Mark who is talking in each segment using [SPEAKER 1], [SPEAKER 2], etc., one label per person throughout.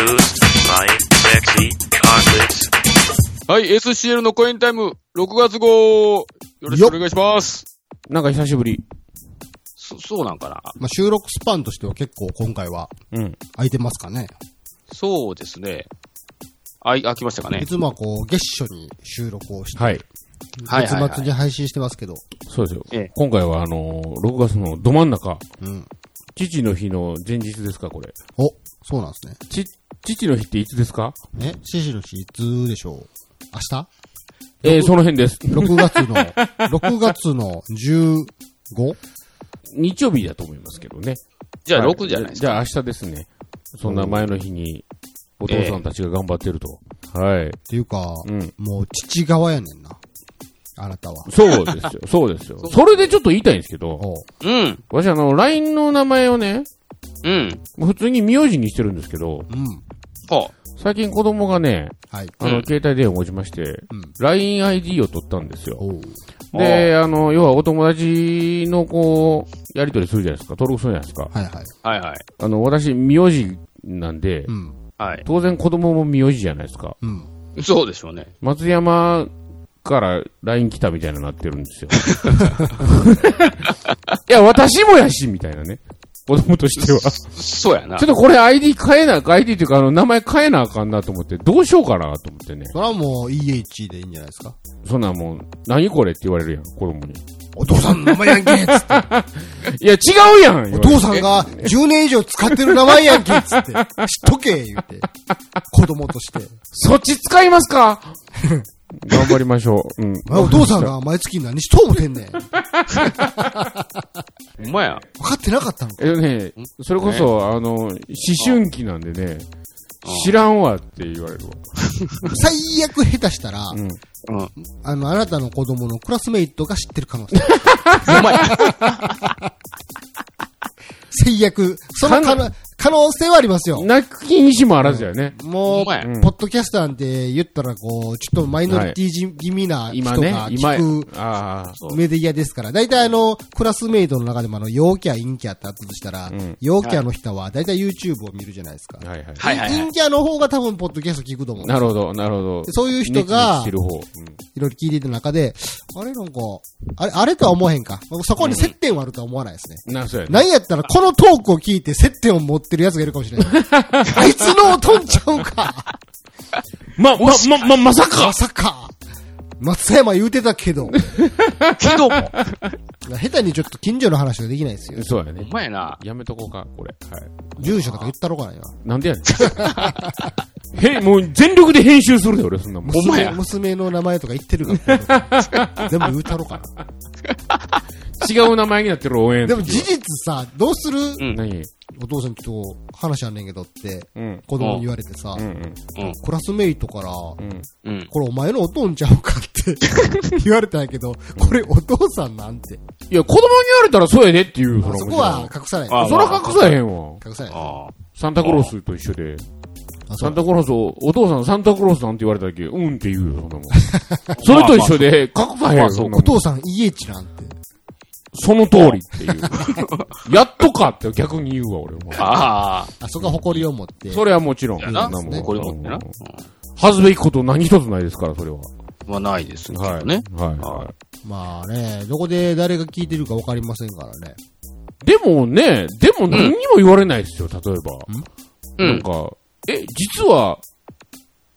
[SPEAKER 1] Produced by Sexy Carpets.
[SPEAKER 2] はい、SCL のコインタイム、6月号、よろしくお願いします。
[SPEAKER 3] なんか久しぶり。
[SPEAKER 2] そ、そうなんかな
[SPEAKER 4] まあ、収録スパンとしては結構今回は
[SPEAKER 3] うん。
[SPEAKER 4] 空いてますかね。
[SPEAKER 2] そうですね。あい、あ、来ましたかね
[SPEAKER 4] い。つもはこう、月初に収録をして、
[SPEAKER 3] はい。
[SPEAKER 2] はいはいはい
[SPEAKER 4] 月末に配信してますけど、
[SPEAKER 3] そうですよ。
[SPEAKER 2] ええ
[SPEAKER 3] 今回はあのー、6月のど真ん中、
[SPEAKER 4] うん。
[SPEAKER 3] 父の日の前日ですか、これ。
[SPEAKER 4] お、そうなんです
[SPEAKER 3] ち、父の日っていつですか
[SPEAKER 4] ね。え、獅子の日いつでしょう明
[SPEAKER 3] えー、その辺です。
[SPEAKER 4] 日 ?6 月の、6月の 15?
[SPEAKER 3] 日曜日だと思いますけどね。
[SPEAKER 2] じゃあ
[SPEAKER 3] はい
[SPEAKER 2] 6じゃないです
[SPEAKER 3] じ
[SPEAKER 2] か。
[SPEAKER 3] ゃあ明日ですね。そんな前の日に、お父さんたちが頑張ってると。はい。
[SPEAKER 4] っていうか、
[SPEAKER 3] うん
[SPEAKER 4] もう父側やねんな。あなたは。
[SPEAKER 3] そうですよ。そうですよ。それでちょっと言いたいんですけど、
[SPEAKER 4] お
[SPEAKER 2] うん、
[SPEAKER 3] 私あの、LINE の名前をね、
[SPEAKER 2] うん。
[SPEAKER 3] 普通に名字にしてるんですけ
[SPEAKER 4] う
[SPEAKER 3] ど、
[SPEAKER 4] ん。
[SPEAKER 2] ほ
[SPEAKER 3] 最近子供がね、
[SPEAKER 4] はい。
[SPEAKER 3] あの、
[SPEAKER 2] うん
[SPEAKER 3] 携帯電話を持ちまして、
[SPEAKER 4] うん。
[SPEAKER 3] LIneID を取ったんですよ。
[SPEAKER 4] おう
[SPEAKER 3] で、あの、要はお友達のこう、やり取りするじゃないですか。登録するじゃないですか。
[SPEAKER 4] はいはい。
[SPEAKER 2] う。はいはい。
[SPEAKER 3] あの、私、名字なんで、
[SPEAKER 4] うん。
[SPEAKER 2] はい。
[SPEAKER 3] 当然子供も名字じゃないですか。
[SPEAKER 4] うん。
[SPEAKER 2] そうでしょうね。
[SPEAKER 3] 松山から LINE 来たみたいになってるんですよ。 いや、私もやし、みたいなね。子供としては。 ち
[SPEAKER 2] そうやな
[SPEAKER 3] ょっ。とこれ ID 変えな、ID っていうか、あの、名前変えなあかんなと思って、どうしようかなと思ってね。
[SPEAKER 4] それはもう EH でいいんじゃないですか。
[SPEAKER 3] そんなんもう、何これって言われるやん、子供に。
[SPEAKER 4] お父さんの名前やんけっつって。
[SPEAKER 3] いや、違うや
[SPEAKER 4] お
[SPEAKER 3] ん言われて
[SPEAKER 4] 父さんが10年以上使ってる名前やんけっつ って。知っとけ言うて。子供として。
[SPEAKER 3] そっち使いますか 頑張りましょう。うん。
[SPEAKER 4] お前お父さんが毎月何しと思てんねん。分
[SPEAKER 2] ほんまや。
[SPEAKER 4] かってなかったのか。
[SPEAKER 3] えっとね、それこそ、あの、思春期なんでね、知らんわって言われるわ。
[SPEAKER 4] 最悪下手したら、
[SPEAKER 3] うん。
[SPEAKER 2] うん。ほん
[SPEAKER 4] あの、あなたの子供のクラスメイトが知ってる可能性。
[SPEAKER 2] まや。
[SPEAKER 4] 最悪。その可能、可能性はありますよ。
[SPEAKER 3] 泣く気にしもあらずだよね。
[SPEAKER 4] も
[SPEAKER 2] ほ
[SPEAKER 4] う、
[SPEAKER 2] んまや。
[SPEAKER 3] うん
[SPEAKER 4] ポッドキャスターなんて言ったら、こう、ちょっとマイノリティじ気味な人
[SPEAKER 3] 今ね
[SPEAKER 4] が、
[SPEAKER 3] 今
[SPEAKER 4] 聞、
[SPEAKER 3] ああ、
[SPEAKER 4] くメディアですから、大体あの、クラスメイトの中でもあの、陽キャ、陰キャってあったとしたら
[SPEAKER 3] ん、
[SPEAKER 4] 陽キャの人は大体 YouTube を見るじゃないですか。
[SPEAKER 3] はいはい。
[SPEAKER 2] はいはいはい。
[SPEAKER 4] 陰キャの方が多分、ポッドキャスト聞くと思う。
[SPEAKER 3] なるほど、なるほど。
[SPEAKER 4] そういう人が
[SPEAKER 3] 熱意してる方。
[SPEAKER 4] いろいろ聞いていた中で、あれなんか、あれ、あれとは思わへんか。そこに接点はあるとは思わないですね。
[SPEAKER 3] うん。な、そうや
[SPEAKER 4] な
[SPEAKER 3] ね。
[SPEAKER 4] んやったら、このトークを聞いて接点を持ってる奴がいるかもしれ ない。あいつのを飛んじゃうか。
[SPEAKER 3] ま、ま、ま、ま、まさか
[SPEAKER 4] まさか。松山言うてたけ ど。
[SPEAKER 2] けども。
[SPEAKER 4] 下手にちょっと近所の話ができないですよ。
[SPEAKER 3] そうや
[SPEAKER 2] ほ
[SPEAKER 3] ね
[SPEAKER 2] ん。まやな。
[SPEAKER 3] やめとこうか、これ。はい。
[SPEAKER 4] 住所とか言ったろうかな、
[SPEAKER 3] なんでやねん。 へ、もう全力で編集するで、俺、そんなもん。
[SPEAKER 2] ほんまや
[SPEAKER 4] 今。娘、娘の名前とか言って るから。全部言うたろうかな。
[SPEAKER 3] 違う名前になってる応援。
[SPEAKER 4] でも事実さ、どうする、
[SPEAKER 2] うん。
[SPEAKER 3] 何
[SPEAKER 4] お父さんちょっと話あんねんけどって、
[SPEAKER 3] うん。
[SPEAKER 4] 子供に言われてさ、
[SPEAKER 3] うんうん。
[SPEAKER 2] うん。
[SPEAKER 4] クラスメイトから、
[SPEAKER 3] うん。
[SPEAKER 2] うん。
[SPEAKER 4] これお前のおとんちゃうかって 言われたんやけど、これお父さんなんて。
[SPEAKER 3] いや、子供に言われたらそうやねっていう、
[SPEAKER 4] あそこは、隠さない。
[SPEAKER 2] あ
[SPEAKER 3] そら隠さへんわ。
[SPEAKER 4] 隠さない。あ
[SPEAKER 2] ああ。
[SPEAKER 3] サンタクロースと一緒で。
[SPEAKER 4] そ
[SPEAKER 3] サ
[SPEAKER 4] う
[SPEAKER 3] ンタクロースを、お父さんサンタクロースなんて言われただけ、うんって言うよ、そんなもん。それと一緒で、隠さへ
[SPEAKER 2] まあ
[SPEAKER 3] ん
[SPEAKER 2] そう
[SPEAKER 3] そんなも
[SPEAKER 4] お
[SPEAKER 3] ん
[SPEAKER 4] 父さん EH なんて。
[SPEAKER 3] その通りっていう。やっとかって逆に言うわ、俺も。
[SPEAKER 2] ああ。
[SPEAKER 4] あそこは誇りを持って。
[SPEAKER 3] それはもちろん。
[SPEAKER 2] やな。
[SPEAKER 3] そんなもん
[SPEAKER 2] 誇り持ってな。
[SPEAKER 3] 恥ずべきこと何一つないですから、それは。
[SPEAKER 2] うん。はないですけ
[SPEAKER 3] は
[SPEAKER 2] ど
[SPEAKER 3] い。
[SPEAKER 2] ね。
[SPEAKER 3] はい
[SPEAKER 2] は
[SPEAKER 3] は
[SPEAKER 4] まあね、どこで誰が聞いてるかわかりませんからね。
[SPEAKER 3] い。でもね、でも何にも言われないですよ、例えば。
[SPEAKER 2] う
[SPEAKER 3] なん
[SPEAKER 2] ん。
[SPEAKER 3] か、え、実は、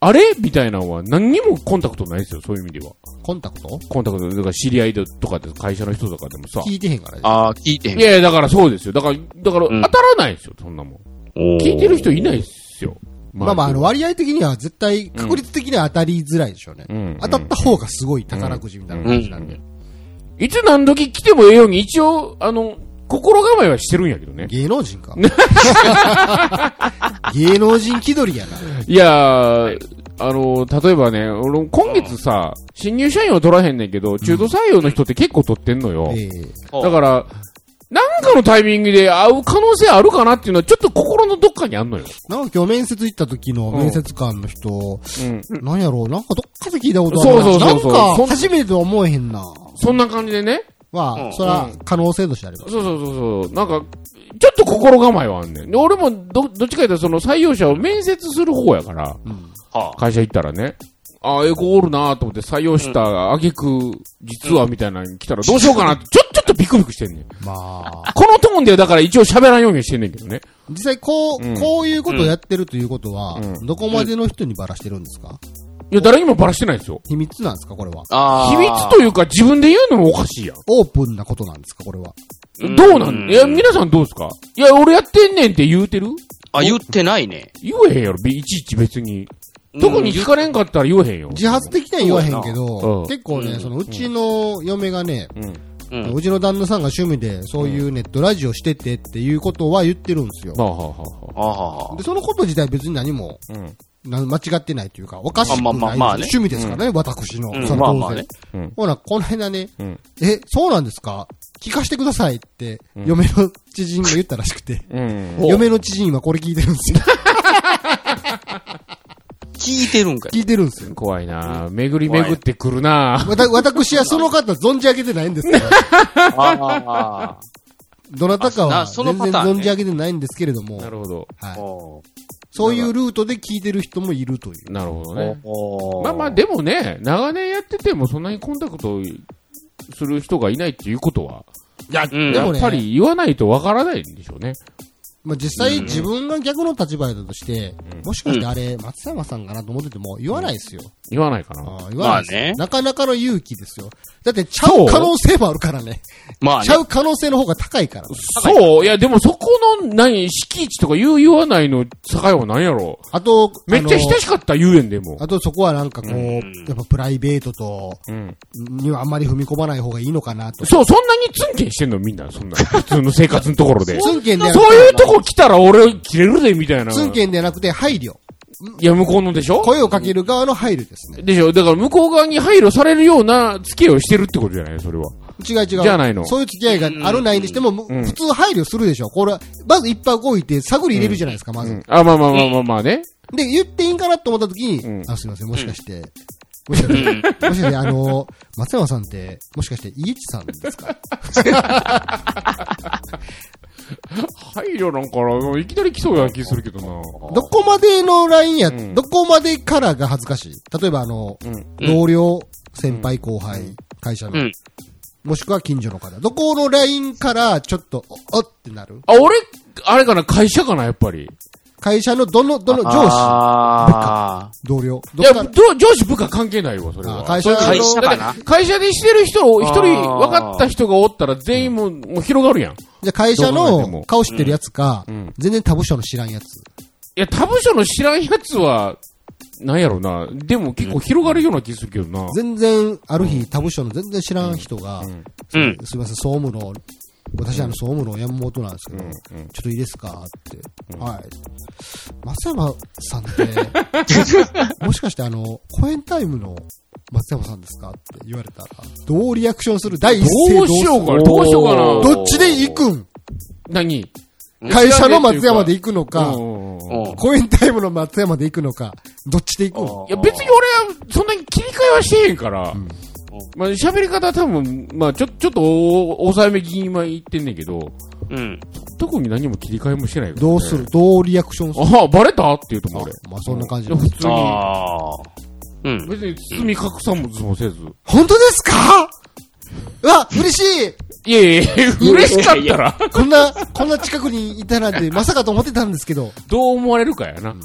[SPEAKER 3] あれみたいなのは何にもコンタクトないですよ、そういう意味では。
[SPEAKER 4] コンタクト
[SPEAKER 3] コンタクト、だから知り合いだとかで会社の人とかでもさ。
[SPEAKER 4] 聞いてへんからね。
[SPEAKER 2] ああ、聞いてへん
[SPEAKER 3] い。やいや、だからそうですよ。だから、だから
[SPEAKER 2] うん
[SPEAKER 3] 当たらないですよ、そんなもん。聞いてる人いない
[SPEAKER 2] い。
[SPEAKER 3] ですよ。
[SPEAKER 4] まあまあ、あの、割合的には絶対、確率的には当たりづらいでしょうね。
[SPEAKER 3] うん
[SPEAKER 4] 当たった方がすごい宝くじみたいな感じなんで。
[SPEAKER 3] いつ何時来てもええように、一応、あの、心構えはしてるんやけどね。
[SPEAKER 4] 芸能人 か。芸能人気取りやな。
[SPEAKER 3] いやー、あの、例えばね、俺、今月さ、新入社員は取らへんねんけど、中途採用の人って結構取ってんのよ。
[SPEAKER 4] ええ
[SPEAKER 3] だから、なんかのタイミングで会う可能性あるかなっていうのは、ちょっと心のどっかにあんのよ。
[SPEAKER 4] なんか今日面接行った時の
[SPEAKER 3] うん
[SPEAKER 4] 面接官の人、
[SPEAKER 3] うん。
[SPEAKER 4] なんやろう、なんかどっかで聞いたことあるな。
[SPEAKER 3] そうそうそうそう
[SPEAKER 4] なんか初めてとは思えへんな。
[SPEAKER 3] そんな感じでね、
[SPEAKER 4] は
[SPEAKER 1] う、ん
[SPEAKER 4] それは可能性としてあります。
[SPEAKER 3] そうそうそうそう。なんか、ちょっと心構えはあんねん。で、俺もど、どっちか言ったらその採用者を面接する方やから、
[SPEAKER 1] は
[SPEAKER 3] 会社行ったらね。ああ、エコおるなーと思って採用した挙句、実はみたいなのに来たらどうしようかなって、ちょ、ちょっとビクビクしてんねん。
[SPEAKER 4] まあ。
[SPEAKER 3] このトーンではだから一応喋らんようにしてんねんけどね。
[SPEAKER 4] 実際こう、
[SPEAKER 3] うん
[SPEAKER 4] こういうことをやってるということは、
[SPEAKER 3] うん
[SPEAKER 4] どこまでの人にばらしてるんですか
[SPEAKER 3] いや、誰にもバラしてないですよ。
[SPEAKER 4] 秘密なんですかこれは。
[SPEAKER 2] あ
[SPEAKER 3] 秘密というか自分で言うのもおかしいやん。
[SPEAKER 4] オープンなことなんですかこれは。
[SPEAKER 1] うん
[SPEAKER 3] どうなんいや、皆さんどうですかいや、俺やってんねんって言うてる
[SPEAKER 2] あ、言ってないね。
[SPEAKER 3] 言えへんやろ、びいちいち別に。特に聞かれんかったら言えへんよ。
[SPEAKER 4] 自発的には言わへんけど、
[SPEAKER 3] うん
[SPEAKER 4] 結構ね、
[SPEAKER 2] うん
[SPEAKER 4] そのうちの嫁がね、
[SPEAKER 3] うん。
[SPEAKER 1] う。
[SPEAKER 4] うんうちの旦那さんが趣味でそういうネットラジオしててっていうことは言ってるんですよ。
[SPEAKER 3] まあ、はあはあは
[SPEAKER 1] ああ
[SPEAKER 4] で、そのこと自体別に何も、
[SPEAKER 3] あ。うん。
[SPEAKER 4] な間違ってないというか、おかしくない、
[SPEAKER 1] まあまあまあまあね
[SPEAKER 4] 趣味ですからね、私の。
[SPEAKER 1] うん
[SPEAKER 4] その
[SPEAKER 1] まあま
[SPEAKER 4] 当然、
[SPEAKER 1] あね
[SPEAKER 3] うん
[SPEAKER 4] ほら、この間ね、
[SPEAKER 3] うん
[SPEAKER 4] え、そうなんですか聞かせてくださいって、
[SPEAKER 3] うん
[SPEAKER 4] 嫁の知人が言ったらしく て。
[SPEAKER 3] うん。
[SPEAKER 4] 嫁の知人今これ聞いてるんですよ。
[SPEAKER 2] 聞いてるんかい。
[SPEAKER 4] 聞いてるんですよ。
[SPEAKER 3] 怖いなぁ巡り巡ってくるなぁ
[SPEAKER 4] わた、私はその方存じ上げてないんですけど、
[SPEAKER 2] ああ。
[SPEAKER 4] どなたか
[SPEAKER 2] あ
[SPEAKER 4] は
[SPEAKER 2] そ
[SPEAKER 4] 全
[SPEAKER 2] の
[SPEAKER 4] 然
[SPEAKER 2] パターンね
[SPEAKER 4] 存じ上げてないんですけれども、
[SPEAKER 3] なるほど。
[SPEAKER 4] はい。
[SPEAKER 1] お
[SPEAKER 4] そういうルートで聞いてる人もいるという。
[SPEAKER 3] なるほどね。
[SPEAKER 1] お
[SPEAKER 3] まあまあ、でもね、長年やっててもそんなにコンタクトする人がいないっていうことは、
[SPEAKER 1] いや、うん
[SPEAKER 4] で
[SPEAKER 3] や
[SPEAKER 4] も
[SPEAKER 3] っ
[SPEAKER 4] ね
[SPEAKER 3] ぱり言わないとわからないんでしょうね。
[SPEAKER 4] まあ、実際
[SPEAKER 1] うん
[SPEAKER 4] 自分が逆の立場だとして、もしかしてあれ、松山さんかなと思ってても言わないですよ。
[SPEAKER 3] 言わないかな。
[SPEAKER 4] ああ言わないです、
[SPEAKER 1] まあね
[SPEAKER 4] なかなかの勇気ですよ。だってちゃう可能性もあるからね。
[SPEAKER 1] まあ
[SPEAKER 4] ち
[SPEAKER 1] ね
[SPEAKER 4] ゃ。う可能性の方が高いから。
[SPEAKER 3] そういや、でもそこの、何、敷地とか言う、言わないの境は何やろ
[SPEAKER 4] あと、
[SPEAKER 3] めっちゃ
[SPEAKER 4] あの
[SPEAKER 3] 親しかったら言えんでも。
[SPEAKER 4] あとそこはなんかこう、
[SPEAKER 1] ん
[SPEAKER 4] やっぱプライベートと、
[SPEAKER 3] うん。
[SPEAKER 4] にはあんまり踏み込まない方がいいのかなと。
[SPEAKER 3] そう、そんなにツンケンしてんのみんな、そ んな。普通の生活のところで。
[SPEAKER 4] 寸剣ではなく
[SPEAKER 3] そういうとこ来たら俺切れるぜ、みたいな。
[SPEAKER 4] て、寸剣ではなくて配慮。
[SPEAKER 3] いや、向こうのでしょ
[SPEAKER 4] 声をかける側の配慮ですね。
[SPEAKER 3] でしょだから向こう側に配慮されるような付き合いをしてるってことじゃないそれは。
[SPEAKER 4] 違う違う。
[SPEAKER 3] じゃないの
[SPEAKER 4] そういう付き合いがあるないにしても、む
[SPEAKER 3] うん
[SPEAKER 4] 普通配慮するでしょ。これ、まず一泊置いて探り入れるじゃないですか、まず。
[SPEAKER 3] あ、まあまあまあまあまあね。
[SPEAKER 4] で、言っていいんかなと思った時に、
[SPEAKER 3] うん
[SPEAKER 4] あ、すいません、もしかして、もしかして、もしかして、あの、松山さんって、もしかして、イエチさんですか
[SPEAKER 3] 配慮なんかないきなり来そうな気するけどな。
[SPEAKER 4] どこまでのラインや、
[SPEAKER 3] ん
[SPEAKER 4] どこまでからが恥ずかしい例えば、あの、
[SPEAKER 3] うん。
[SPEAKER 4] 同僚、先輩、後輩、会社の、
[SPEAKER 1] うん
[SPEAKER 4] もしくは近所の方。どこのラインから、ちょっと、おおってなる
[SPEAKER 3] あ、俺、あれかな会社かなやっぱり。
[SPEAKER 4] 会社のどの、どの、上司、
[SPEAKER 1] ああ。
[SPEAKER 4] 同僚、
[SPEAKER 3] い
[SPEAKER 4] ど
[SPEAKER 3] や、
[SPEAKER 4] っ
[SPEAKER 3] ど
[SPEAKER 4] から、
[SPEAKER 3] 上司部下関係ないわ、それは。
[SPEAKER 4] あ会社の
[SPEAKER 3] それ
[SPEAKER 1] 会社かな
[SPEAKER 3] だって会社でしてる人を、一人
[SPEAKER 1] あー
[SPEAKER 3] 分かった人がおったら全員もう、もう広がるやん。い
[SPEAKER 4] じゃあ会社
[SPEAKER 3] どこまでも
[SPEAKER 4] の顔知ってるやつか、
[SPEAKER 3] うんうん
[SPEAKER 4] 全然他部署の知らんやつ。
[SPEAKER 3] や、他部署の知らんやつは、なんやろな。でも結構広がるような気するけどな。
[SPEAKER 4] 全然、ある日、他部署の全然知らん人が、
[SPEAKER 3] ん
[SPEAKER 1] うん。
[SPEAKER 4] すいません、総務の、私、あの、総務の山本なんですけど、ちょっといいですかって、はい。松山さん って、もしかしてあの、公演タイムの松山さんですかって言われたら、どうリアクションする第一声
[SPEAKER 3] どうしようかな。どうしようか
[SPEAKER 1] お
[SPEAKER 3] な。
[SPEAKER 1] ー
[SPEAKER 4] どっちで行くん
[SPEAKER 3] 何
[SPEAKER 4] 会社の松山で行くのか
[SPEAKER 3] う、んうんうん
[SPEAKER 1] うん
[SPEAKER 4] 公演タイムの松山で行くのか、どっちで行くん
[SPEAKER 1] あ
[SPEAKER 3] いや、別に俺はそんなに切り替えはしてへんから、
[SPEAKER 4] ん
[SPEAKER 3] まあ喋り方は多分、まあちょ、ちょっとお抑えめ気味は言ってんねんけど、
[SPEAKER 1] うん。
[SPEAKER 3] 特に何も切り替えもしてないから、
[SPEAKER 4] どうするどうリアクションする
[SPEAKER 3] ああ、バレたって言うと思う俺。
[SPEAKER 4] まあ、そんな感じ
[SPEAKER 3] いや普通に、
[SPEAKER 1] ああ。うん。
[SPEAKER 3] 別に包み隠さもずもせず。
[SPEAKER 4] 本当ですかうわ、嬉しい
[SPEAKER 3] いやいやいや、嬉しかったら、
[SPEAKER 4] こんな、こんな近くにいたなんて、まさかと思ってたんですけど。
[SPEAKER 3] どう思われるかやな。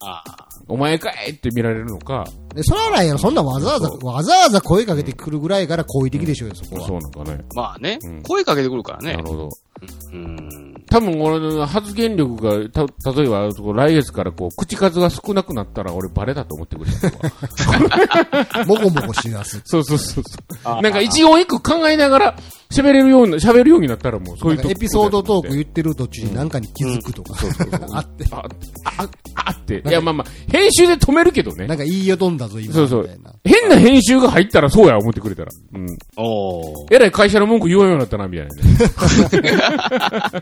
[SPEAKER 1] あ
[SPEAKER 3] お前かいって見られるのか、
[SPEAKER 4] でそらないやろ、そんなわざわざ、わざわざ声かけてくるぐらいから好意的でしょうよ、そこは。
[SPEAKER 3] そうなんかね。
[SPEAKER 2] まあね
[SPEAKER 3] うん、
[SPEAKER 2] 声かけてくるからね
[SPEAKER 3] なる。ほど。
[SPEAKER 1] うん。
[SPEAKER 3] 多分俺の発言力が、た、例えば、そこ来月からこう、口数が少なくなったら俺バレたと思って くれたわ。
[SPEAKER 4] もごもごしだす。
[SPEAKER 3] そうそうそうそう。 なんか一音一句考えながら喋れるような、喋るようになったらもうそういう
[SPEAKER 4] なん
[SPEAKER 3] と
[SPEAKER 4] かエピソードトーク
[SPEAKER 3] う
[SPEAKER 4] 言ってる途中に何かに気づくとか。あって、
[SPEAKER 3] あ、あ、あって。いやまあまあ、編集で止めるけどね
[SPEAKER 4] な。んか言いよどんだぞ、今。
[SPEAKER 3] そうそう
[SPEAKER 4] みたいな。
[SPEAKER 3] 変な編集が入ったらそうや思ってくれたら。うん。
[SPEAKER 1] お
[SPEAKER 3] えらい会社の文句言わんようになったな、みたいなね。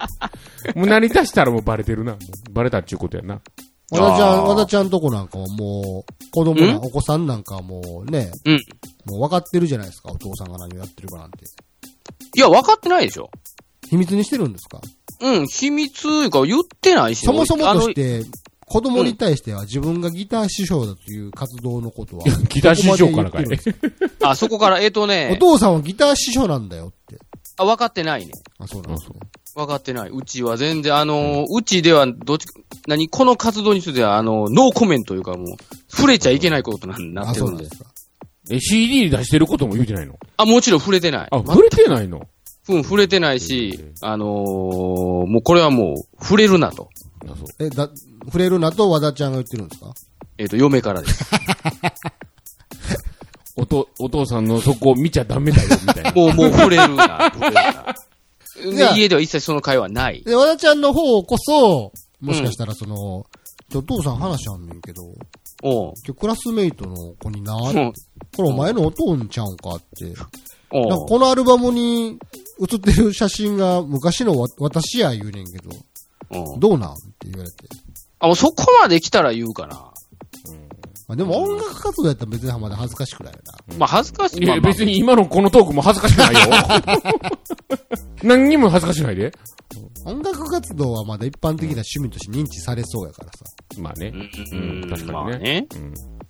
[SPEAKER 3] もう成り立したらもうバレてるな。バレたっちゅうことやな。
[SPEAKER 4] 和田ちゃ
[SPEAKER 1] あー
[SPEAKER 4] ん、和田ちゃんとこなんかはもう、子供な、お子さんなんかはもうね、
[SPEAKER 1] うん
[SPEAKER 4] もう分かってるじゃないですか、お父さんが何をやってるかなんて。
[SPEAKER 2] いや、分かってないでしょ。
[SPEAKER 4] 秘密にしてるんですか
[SPEAKER 2] うん、秘密いうか言ってないし。
[SPEAKER 4] そもそも
[SPEAKER 2] あ
[SPEAKER 4] と
[SPEAKER 2] の
[SPEAKER 4] して、子供に対しては自分がギター師匠だという活動のことは。
[SPEAKER 3] ギター師匠からかい
[SPEAKER 4] どこまで言ってるんです。
[SPEAKER 2] あ、そこから、えっと
[SPEAKER 4] お
[SPEAKER 2] ね、
[SPEAKER 4] 父さんはギター師匠なんだよって。
[SPEAKER 2] あ分かってないね。
[SPEAKER 4] あ、そうなんですね。
[SPEAKER 2] 分かってない。うちは全然、あのー、うちでは、どっち、何、この活動については、あのー、ノーコメントというか、もう、触れちゃいけないことになな
[SPEAKER 4] あ、
[SPEAKER 2] ってる
[SPEAKER 4] そうんなん
[SPEAKER 2] で
[SPEAKER 4] で。すか。
[SPEAKER 3] え、CD 出してることも言うてないの
[SPEAKER 2] あ、もちろん触れてない。
[SPEAKER 3] あ、触れてないの
[SPEAKER 2] うん、触れてないし、あのーもうこれはもう、触れるなと。
[SPEAKER 3] あそう
[SPEAKER 4] え、だ、触れるなと和田ちゃんが言ってるんですか
[SPEAKER 2] えっ、と、嫁からです。
[SPEAKER 3] おと、お父さんのそこ見ちゃダメだよ、み たいな。
[SPEAKER 2] もう、もう触れるな、触れるな。
[SPEAKER 4] じゃあ
[SPEAKER 2] で家では一切その会話ない。
[SPEAKER 4] で、和田ちゃんの方こそ、もしかしたらその、ちょお父さん話あんねんけど、
[SPEAKER 2] おう
[SPEAKER 4] 今日クラスメイトの子にな、
[SPEAKER 2] う
[SPEAKER 4] こ
[SPEAKER 2] ん。
[SPEAKER 4] れお前のお父んちゃうんかって。なんか
[SPEAKER 2] おう
[SPEAKER 4] このアルバムに写ってる写真が昔のわ私や言うねんけど、
[SPEAKER 2] おう
[SPEAKER 4] どうなんって言われて。
[SPEAKER 2] あ、もうそこまで来たら言うかな。
[SPEAKER 4] まあ、でも音楽活動やったら別にまだ恥ずかしくないよな。
[SPEAKER 2] まあ、恥ずかしい。
[SPEAKER 3] い
[SPEAKER 2] まあ
[SPEAKER 3] や、
[SPEAKER 2] まあ
[SPEAKER 3] 別に今のこのトークも恥ずかしく ないよ。何にも恥ずかしくないで。
[SPEAKER 4] 音楽活動はまだ一般的な趣味として認知されそうやからさ。
[SPEAKER 3] まあね
[SPEAKER 2] う。
[SPEAKER 3] うん
[SPEAKER 2] ん、
[SPEAKER 3] 確か
[SPEAKER 2] ま
[SPEAKER 3] に
[SPEAKER 2] あ
[SPEAKER 3] ね
[SPEAKER 2] ね。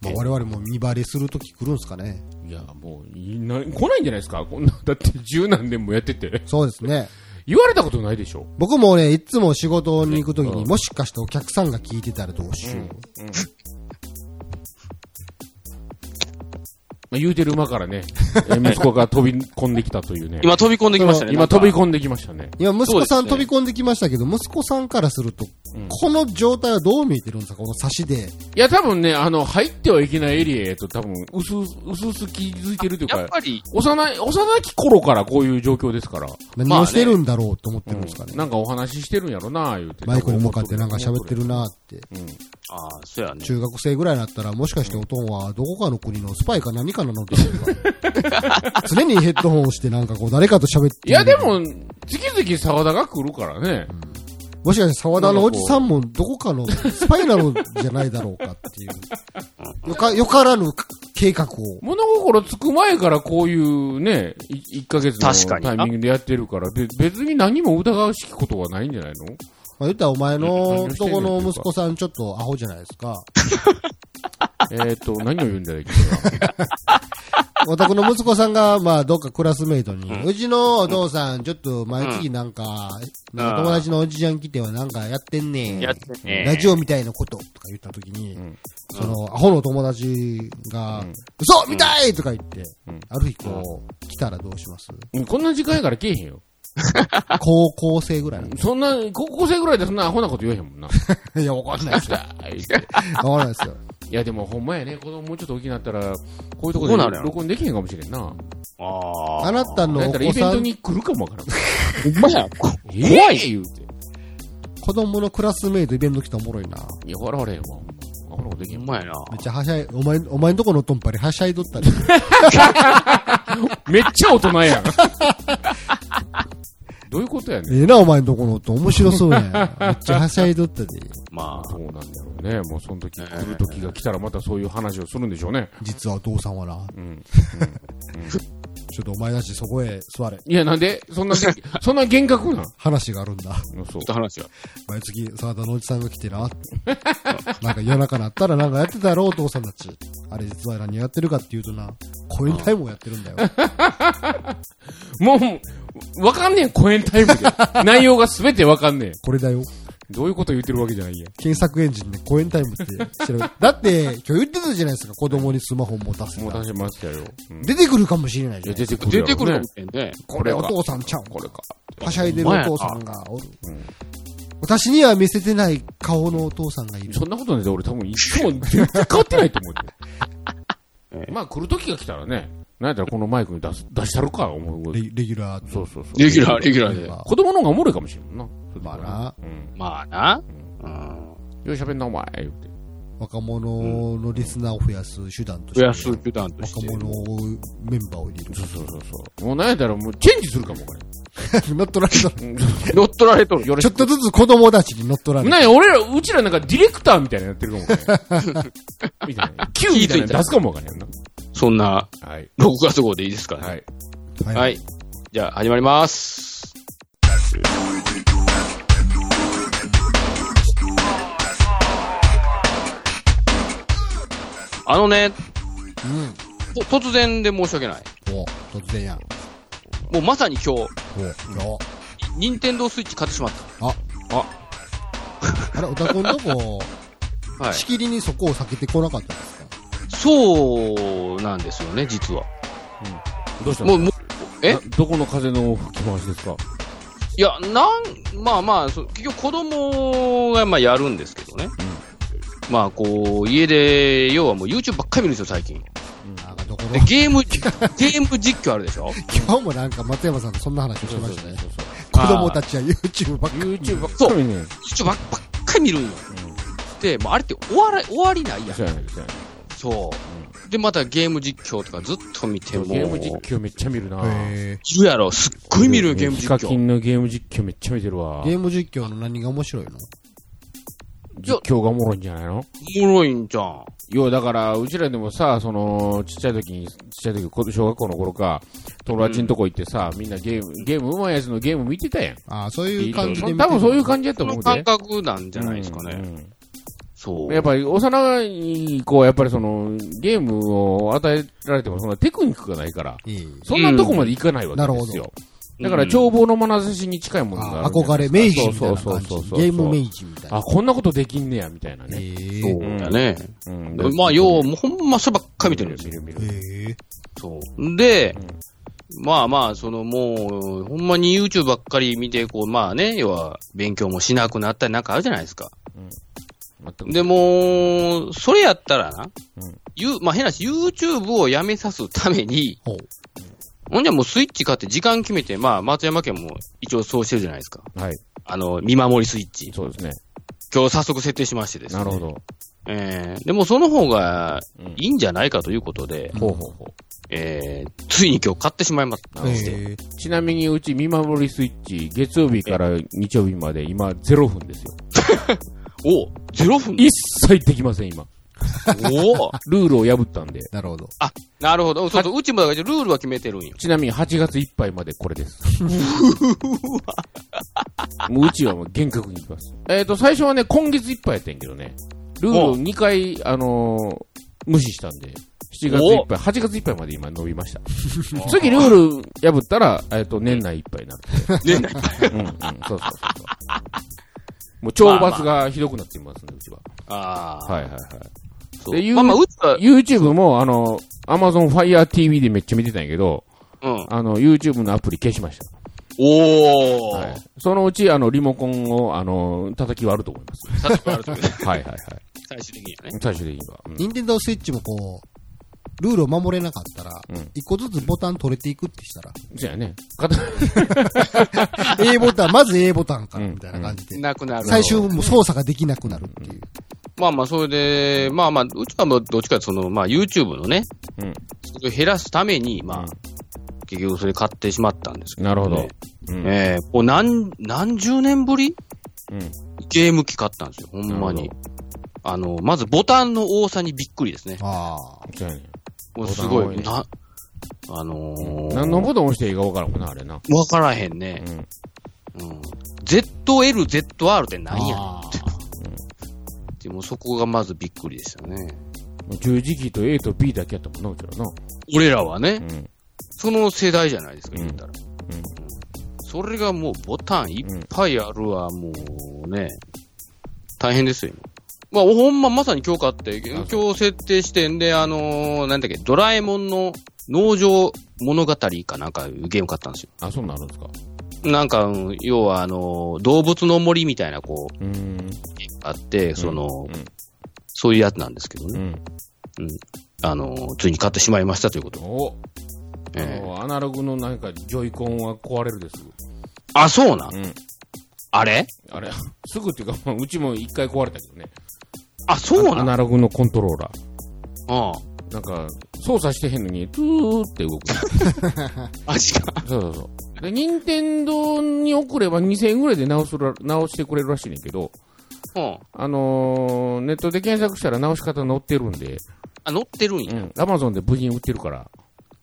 [SPEAKER 4] まあ、我々も見バレするとき来るんすかね。
[SPEAKER 3] いや、もう、いな、来ないんじゃないですかこんな、だって十何年もやってて。
[SPEAKER 4] そうですね。
[SPEAKER 3] 言われたことないでしょ。
[SPEAKER 4] 僕もね、いつも仕事に行くとき
[SPEAKER 3] う
[SPEAKER 4] に
[SPEAKER 3] ん
[SPEAKER 4] もしかしてお客さんが聞いてたらどうしよう。
[SPEAKER 3] まあ、言うてる馬からね、え 息子が飛び込んできたというね。
[SPEAKER 2] 今飛び込んできましたね。
[SPEAKER 3] 今飛び
[SPEAKER 2] ん
[SPEAKER 3] 込んできましたね。
[SPEAKER 4] 今、息子さん
[SPEAKER 2] そ
[SPEAKER 4] 飛
[SPEAKER 2] うで
[SPEAKER 4] び込んできましたけど、息子さんからすると、
[SPEAKER 3] うん
[SPEAKER 4] この状態はどう見えてるんですかこの差しで。
[SPEAKER 3] いや、多分ね、あの、入ってはいけないエリアへと多分、薄々、薄々気づいてるという
[SPEAKER 2] やっ
[SPEAKER 3] か、
[SPEAKER 2] ぱり、
[SPEAKER 3] 幼い、幼き頃からこういう状況ですから、
[SPEAKER 4] 何をしてるんだろうと思ってるんですかね。
[SPEAKER 3] なんかお話ししてるんやろな、言うて。
[SPEAKER 4] マイクに向かってなんか喋ってるなって。
[SPEAKER 3] うん。
[SPEAKER 2] ああ、そうやね。
[SPEAKER 4] 中学生ぐらいになったら、もしかしておとんはどこかの国のスパイか何かなのだろうか常にヘッドホンをしてなんかこう誰かと喋って。
[SPEAKER 3] いや、で。も、月々沢田が来るからね。
[SPEAKER 4] もしかして沢田のおじさんもどこかのスパイなのじゃないだろうかっていう。よか、よ からぬ計画を。
[SPEAKER 3] 物心つく前からこういうね、い1ヶ月
[SPEAKER 2] 確か
[SPEAKER 3] の
[SPEAKER 2] に
[SPEAKER 3] タイミングでやってるから、で別に何も疑うしきことはないんじゃないの
[SPEAKER 4] まあ、言ったらお前の
[SPEAKER 3] うん
[SPEAKER 4] とこの息子さんちょっとアホじゃないですか。
[SPEAKER 3] えっと、何を言うんだよ、君は。
[SPEAKER 4] お宅の息子さんが、まあ、どっかクラスメイトに、うちのお父さん、ちょっと毎月なんか、なんか友達のおじちゃん来てはなんかやってんねん。
[SPEAKER 2] やってね
[SPEAKER 4] ラジオみたいなこととか言ったときに、
[SPEAKER 3] ん
[SPEAKER 4] その、アホの友達が、嘘見たいとか言って、ある日こう、来たらどうします
[SPEAKER 3] うんこんな時間やから来えへんよ。
[SPEAKER 4] 高校生ぐらいの。
[SPEAKER 3] そんな、高校生ぐらいでそんなアホなこと言えへんもんな。
[SPEAKER 4] いや、わかんないですよ。わかんないですよ。
[SPEAKER 3] いや、でもほんまやね、子供もうちょっと大きくなったら、こういうとこ
[SPEAKER 2] どう
[SPEAKER 3] で
[SPEAKER 2] なるやろ
[SPEAKER 3] 録音できへんかもしれんな。
[SPEAKER 2] あ
[SPEAKER 4] あなたの
[SPEAKER 3] だ
[SPEAKER 4] お
[SPEAKER 3] ったらイ
[SPEAKER 4] 子
[SPEAKER 3] ベン
[SPEAKER 4] さ
[SPEAKER 3] ト
[SPEAKER 4] ん、
[SPEAKER 3] に来るかも わからん。
[SPEAKER 2] ほんまや。
[SPEAKER 3] 怖い言うて。
[SPEAKER 4] 子供のクラスメイトイベント来たらおもろいな。
[SPEAKER 3] いや、笑われへんわ、ほんま。アホなことできへ
[SPEAKER 2] ほ
[SPEAKER 3] ん
[SPEAKER 2] ん
[SPEAKER 3] わ。
[SPEAKER 2] まやな。
[SPEAKER 4] めっちゃはしゃい、お前、お前んとこのトンパリはしゃいどったり。
[SPEAKER 3] めっちゃ大人やん。 どういうことやねん。
[SPEAKER 4] ええな、お前んとこの音。面白そう やん。めっちゃはしゃいどったで。
[SPEAKER 2] まあ
[SPEAKER 3] そ、うなんだろうね。もうその時来る時が来たらまたそういう話をするんでしょうね。
[SPEAKER 4] 実はお父さんはな。
[SPEAKER 3] うん。
[SPEAKER 4] ちょっとお前だしそこへ座れ。
[SPEAKER 3] いや、なんでそん な、そんな幻覚なん
[SPEAKER 4] 話があるんだ。
[SPEAKER 3] そう
[SPEAKER 2] ちょっ。と話は。
[SPEAKER 4] 毎月、沢田のおじさんが来てな。なんか夜中になったらなんかやってたやろ、お父さんたち。あれ実は何やってるかっていうとな、コインタイムをやってるんだよ。
[SPEAKER 3] もう、わかんねえ、公演タイムで。内容が全てわかんねえ。
[SPEAKER 4] これだよ。
[SPEAKER 3] どういうこと言ってるわけじゃないや。
[SPEAKER 4] 検索エンジンでコインタイムって調べる。だって、今日言ってたじゃないですか、子供にスマホ持たせ
[SPEAKER 3] もう
[SPEAKER 4] た
[SPEAKER 3] 出。しましたよ。うん
[SPEAKER 4] 出てくるかもしれない
[SPEAKER 3] い
[SPEAKER 4] じゃ
[SPEAKER 3] や
[SPEAKER 4] ん。
[SPEAKER 3] 出てくるや
[SPEAKER 2] 出て
[SPEAKER 3] ろね。
[SPEAKER 2] くるかもしれんね。
[SPEAKER 4] これお父さんちゃうんか
[SPEAKER 3] これか。
[SPEAKER 4] はしゃいでるお父さんがおる。私には見せてない顔のお父さんがいる。
[SPEAKER 3] そんなことね、俺多分いつも全然変わってないと思うよまあ来る時が来たらね、なんやったらこのマイクに出す出したるか、思うこと
[SPEAKER 4] レ。ギレギュラー
[SPEAKER 3] そうそうそう。
[SPEAKER 2] レギュラー、レギュラ
[SPEAKER 4] と
[SPEAKER 2] ーで。
[SPEAKER 4] か。
[SPEAKER 3] 子供の方がおもろいかもしれんな。
[SPEAKER 4] まあな、
[SPEAKER 3] うん。
[SPEAKER 2] まあな。うん。
[SPEAKER 3] よい喋んな、お前。言うて。
[SPEAKER 4] 若者のリスナーを増やす手段として、
[SPEAKER 2] 増やす手段とし
[SPEAKER 4] 若
[SPEAKER 2] て。
[SPEAKER 4] 者をメンバーを入れ
[SPEAKER 3] そうそうそうそう。もうなんやったらもうチェンジするかも、これ。
[SPEAKER 4] る。 乗っ取られた。
[SPEAKER 2] 乗っ取られとる。
[SPEAKER 3] よろ
[SPEAKER 4] ちょ
[SPEAKER 3] し
[SPEAKER 4] っとずつ子供たちに乗っ取ら
[SPEAKER 3] く。
[SPEAKER 4] れ
[SPEAKER 3] なん
[SPEAKER 4] る。
[SPEAKER 3] や、俺ら、うちらなんかディレクターみたいなのやってるかも、こ れ。みたいな。Q みたいなの出すかもわかんないな。
[SPEAKER 2] そんな、
[SPEAKER 3] はい。
[SPEAKER 2] 6月号でいいですかね。
[SPEAKER 3] はい。
[SPEAKER 2] はい。じゃあ、始まります。あのね、と突然で申し訳ない。
[SPEAKER 4] うん。お突然やん。
[SPEAKER 2] もうまさに今日、
[SPEAKER 4] おお
[SPEAKER 2] 任天堂スイッチ買ってしまった。
[SPEAKER 4] あれ、おたこんとこ、
[SPEAKER 2] はい。
[SPEAKER 4] しきりにそこを避けてこなかったですか
[SPEAKER 2] そうなんですよね、実は。
[SPEAKER 3] どうした
[SPEAKER 2] もう、
[SPEAKER 3] の
[SPEAKER 2] もうえ
[SPEAKER 3] などこの風の吹き回しですか
[SPEAKER 2] いや、なん、まあまあ、そう結局子供がまあやるんですけどね。まあこう、家で、要はもう YouTube ばっかり見るんですよ、最近。
[SPEAKER 4] なんかどこの
[SPEAKER 2] で、ゲーム、ゲーム実況あるでしょ
[SPEAKER 4] 今日もなんか松山さんとそんな話をしてましたね。
[SPEAKER 2] そう
[SPEAKER 4] 子供たちは YouTube ばっかり。
[SPEAKER 3] YouTube ばっかりね。
[SPEAKER 2] ?YouTube ばっばっかり見るんよ。で、もうあれって終わら、終わりないやん。
[SPEAKER 3] そうやねそうやね
[SPEAKER 2] そう。で、またゲーム実況とかずっと見ても、
[SPEAKER 3] ゲーム実況めっちゃ見るな。
[SPEAKER 4] へ
[SPEAKER 2] いるやろ、すっごい見るよ、ゲーム
[SPEAKER 3] ヒ
[SPEAKER 2] 実
[SPEAKER 3] カキ
[SPEAKER 2] 況。
[SPEAKER 3] ンのゲーム実況めっちゃ見てるわ
[SPEAKER 4] ー。ゲーム実況の何が面白いの
[SPEAKER 3] 実況がおもろいんじゃないの
[SPEAKER 2] おもろいんじゃん。
[SPEAKER 3] ようだから、うちらでもさ、その、ちっちゃい時に、ちっちゃい時、こ小学校の頃か、友達のとこ行ってさ、みんなゲーム、ゲーム上手いやつのゲーム見てたやん。
[SPEAKER 4] ああ、そういう感じで見てる
[SPEAKER 3] 多分そういう感じだと
[SPEAKER 2] そ
[SPEAKER 3] 思
[SPEAKER 2] の
[SPEAKER 3] う
[SPEAKER 2] 感
[SPEAKER 3] で。
[SPEAKER 2] 覚なんじゃないですかね。
[SPEAKER 3] うん
[SPEAKER 2] そう。
[SPEAKER 3] やっぱり、幼い子はやっぱりその、ゲームを与えられても、そんなテクニックがないから、
[SPEAKER 4] いい
[SPEAKER 3] そんなとこまでいかないわけですよ。
[SPEAKER 2] うん
[SPEAKER 3] だから、
[SPEAKER 2] うん
[SPEAKER 3] 眺望の眼差しに近いものがあ
[SPEAKER 4] あ
[SPEAKER 3] るじゃな
[SPEAKER 4] 憧
[SPEAKER 3] いで
[SPEAKER 4] れ、
[SPEAKER 3] すか。
[SPEAKER 4] 明治みたいな
[SPEAKER 3] そう
[SPEAKER 4] 感じ
[SPEAKER 3] そうそう。そう
[SPEAKER 4] ゲーム明治みたいな。
[SPEAKER 3] あ、こんなことできんねや、みたいな
[SPEAKER 4] え
[SPEAKER 3] ね。
[SPEAKER 4] ー
[SPEAKER 2] そうだね。
[SPEAKER 3] うん
[SPEAKER 2] でまあ、要は、もうほんまそればっかり見てるんですよ。
[SPEAKER 3] 見る見る
[SPEAKER 4] えー
[SPEAKER 2] そう。で、まあまあ、そのもう、ほんまに YouTube ばっかり見て、こう、まあね、要は、勉強もしなくなったりなんかあるじゃないですか。
[SPEAKER 3] 全く
[SPEAKER 2] でもう、それやったらな、
[SPEAKER 3] うん
[SPEAKER 2] ゆまあ変な話、YouTube をやめさすために、
[SPEAKER 4] ほう。
[SPEAKER 2] ほんじゃもうスイッチ買って時間決めて、まあ松山県も一応そうしてるじゃないですか。
[SPEAKER 3] はい。
[SPEAKER 2] あの、見守りスイッチ。
[SPEAKER 3] そうですね。
[SPEAKER 2] 今日早速設定しましてです、ね。
[SPEAKER 3] なるほど。
[SPEAKER 2] えー、でもその方が
[SPEAKER 3] うん
[SPEAKER 2] いいんじゃないかということで、
[SPEAKER 3] ほうほうほ
[SPEAKER 2] えー、ついに今日買ってしまいました。
[SPEAKER 3] え
[SPEAKER 4] えー
[SPEAKER 3] う。ちなみに、うち見守りスイッチ、月曜日から日曜日まで今0分ですよ。
[SPEAKER 2] お0分
[SPEAKER 3] 一切できません、今。
[SPEAKER 2] おお
[SPEAKER 3] ルールを破ったんで。
[SPEAKER 4] なるほど。
[SPEAKER 2] あ、なるほど。そうそう、うちもだからルールは決めてる んよ。
[SPEAKER 3] ちなみに8月いっぱいまでこれです。 もううちはもう厳格にいきます。えっ、と、最初はね、今月いっぱいやってんけどね、ルールを2回、あのー無視したんで、7月いっぱい、8月いっぱいまで今伸びま した。次ルール破ったら、えっ、と、年内いっぱいになって。
[SPEAKER 2] 年
[SPEAKER 3] 内いっぱい。うん、うん、そうそうそうそう。もう懲罰がひどくなってますね、うちは。
[SPEAKER 2] ああ。
[SPEAKER 3] はいはいはい。
[SPEAKER 2] そう
[SPEAKER 3] で言う
[SPEAKER 2] まあまあ、うちは、
[SPEAKER 3] YouTube も、あの、Amazon Fire TV でめっちゃ見てたんやけど、
[SPEAKER 2] うん。
[SPEAKER 3] あの、YouTube のアプリ消しました。
[SPEAKER 2] おお、
[SPEAKER 3] はい、そのうちあのリモコンをあの叩き割ると思います。
[SPEAKER 2] 確かにあると思う
[SPEAKER 3] はいはいはい。
[SPEAKER 2] 最終的にはね。
[SPEAKER 3] 最終的には。うん
[SPEAKER 4] 任天堂スイッチもこう、ルールを守れなかったら
[SPEAKER 3] うん、
[SPEAKER 4] 一個ずつボタン取れていくってしたら、
[SPEAKER 3] そうやね。片
[SPEAKER 4] A ボタン、まず A ボタンからみたいな感じで、
[SPEAKER 2] なくなる。
[SPEAKER 4] 最終もう操作ができなくなるっていう。
[SPEAKER 2] まあまあ、それで、まあまあ、うちはもうどっちかというとその、まあ YouTube のね、
[SPEAKER 3] うん
[SPEAKER 2] それを減らすために、まあ、
[SPEAKER 3] うん
[SPEAKER 2] 結局それ買ってしまったんですけど、
[SPEAKER 3] なるほど。うん
[SPEAKER 2] ええこう何、何十年ぶり
[SPEAKER 3] うん
[SPEAKER 2] ゲーム機買ったんですよ、ほんま
[SPEAKER 3] なる
[SPEAKER 2] に。あの、まずボタンの多さにびっくりですね。
[SPEAKER 4] ああ。
[SPEAKER 3] そうやね。
[SPEAKER 2] もう
[SPEAKER 3] ボタ
[SPEAKER 2] す
[SPEAKER 3] ン
[SPEAKER 2] ご
[SPEAKER 3] 多い
[SPEAKER 2] い、
[SPEAKER 3] ね
[SPEAKER 2] な、あのー、
[SPEAKER 3] 何のボタン押していいか分からんもんな、あれな。
[SPEAKER 2] わからへん
[SPEAKER 3] う
[SPEAKER 2] ね。
[SPEAKER 3] ん。
[SPEAKER 2] うん。ZLZR って何やねん
[SPEAKER 4] あ
[SPEAKER 2] って、もうそこがまずびっくりでしたね。
[SPEAKER 3] 十字キーと A と B だけやったもんな、うちらな。
[SPEAKER 2] 俺らはね、
[SPEAKER 3] うん。
[SPEAKER 2] その世代じゃないですか、
[SPEAKER 3] うん
[SPEAKER 2] 言ったら。
[SPEAKER 3] うん
[SPEAKER 2] うんそれがもうボタンいっぱいあるわ、もうね。大変ですよ、今。まあ、ほんままさに今日買って、今日設定してんで、あのーなんだっけ、ドラえもんの農場物語かなんかいうゲーム買ったんです
[SPEAKER 3] あ、そんなんあるんですか。
[SPEAKER 2] よ。なんか、うん要はあのー動物の森みたいなこう、
[SPEAKER 3] うーん。
[SPEAKER 2] あって、その、
[SPEAKER 3] うん
[SPEAKER 2] そういうやつなんですけど
[SPEAKER 3] う
[SPEAKER 2] ね。
[SPEAKER 3] ん。
[SPEAKER 2] あのーついに買ってしまいましたということ。
[SPEAKER 3] おあ
[SPEAKER 2] ええ
[SPEAKER 3] のアナログのなんか、ジョイコンは壊れるです。
[SPEAKER 2] あ、そうなん
[SPEAKER 3] うん。
[SPEAKER 2] あれ
[SPEAKER 3] あれ、 すぐっていうか、まあうちも一回壊れたけどね。
[SPEAKER 2] あ、そうな
[SPEAKER 3] ア
[SPEAKER 2] ん
[SPEAKER 3] ナログのコントローラー。
[SPEAKER 2] うん。
[SPEAKER 3] なんか、操作してへんのに、トゥーって動く。
[SPEAKER 2] マジか。
[SPEAKER 3] そうそうそう。で、任天堂に送れば2000円ぐらいで直すら、直してくれるらしいねんけど、
[SPEAKER 2] うん。
[SPEAKER 3] あのー、ネットで検索したら直し方載ってるんで、
[SPEAKER 2] あ、乗ってるん
[SPEAKER 3] う
[SPEAKER 2] や。
[SPEAKER 3] ん、アマゾンで部品売ってるから、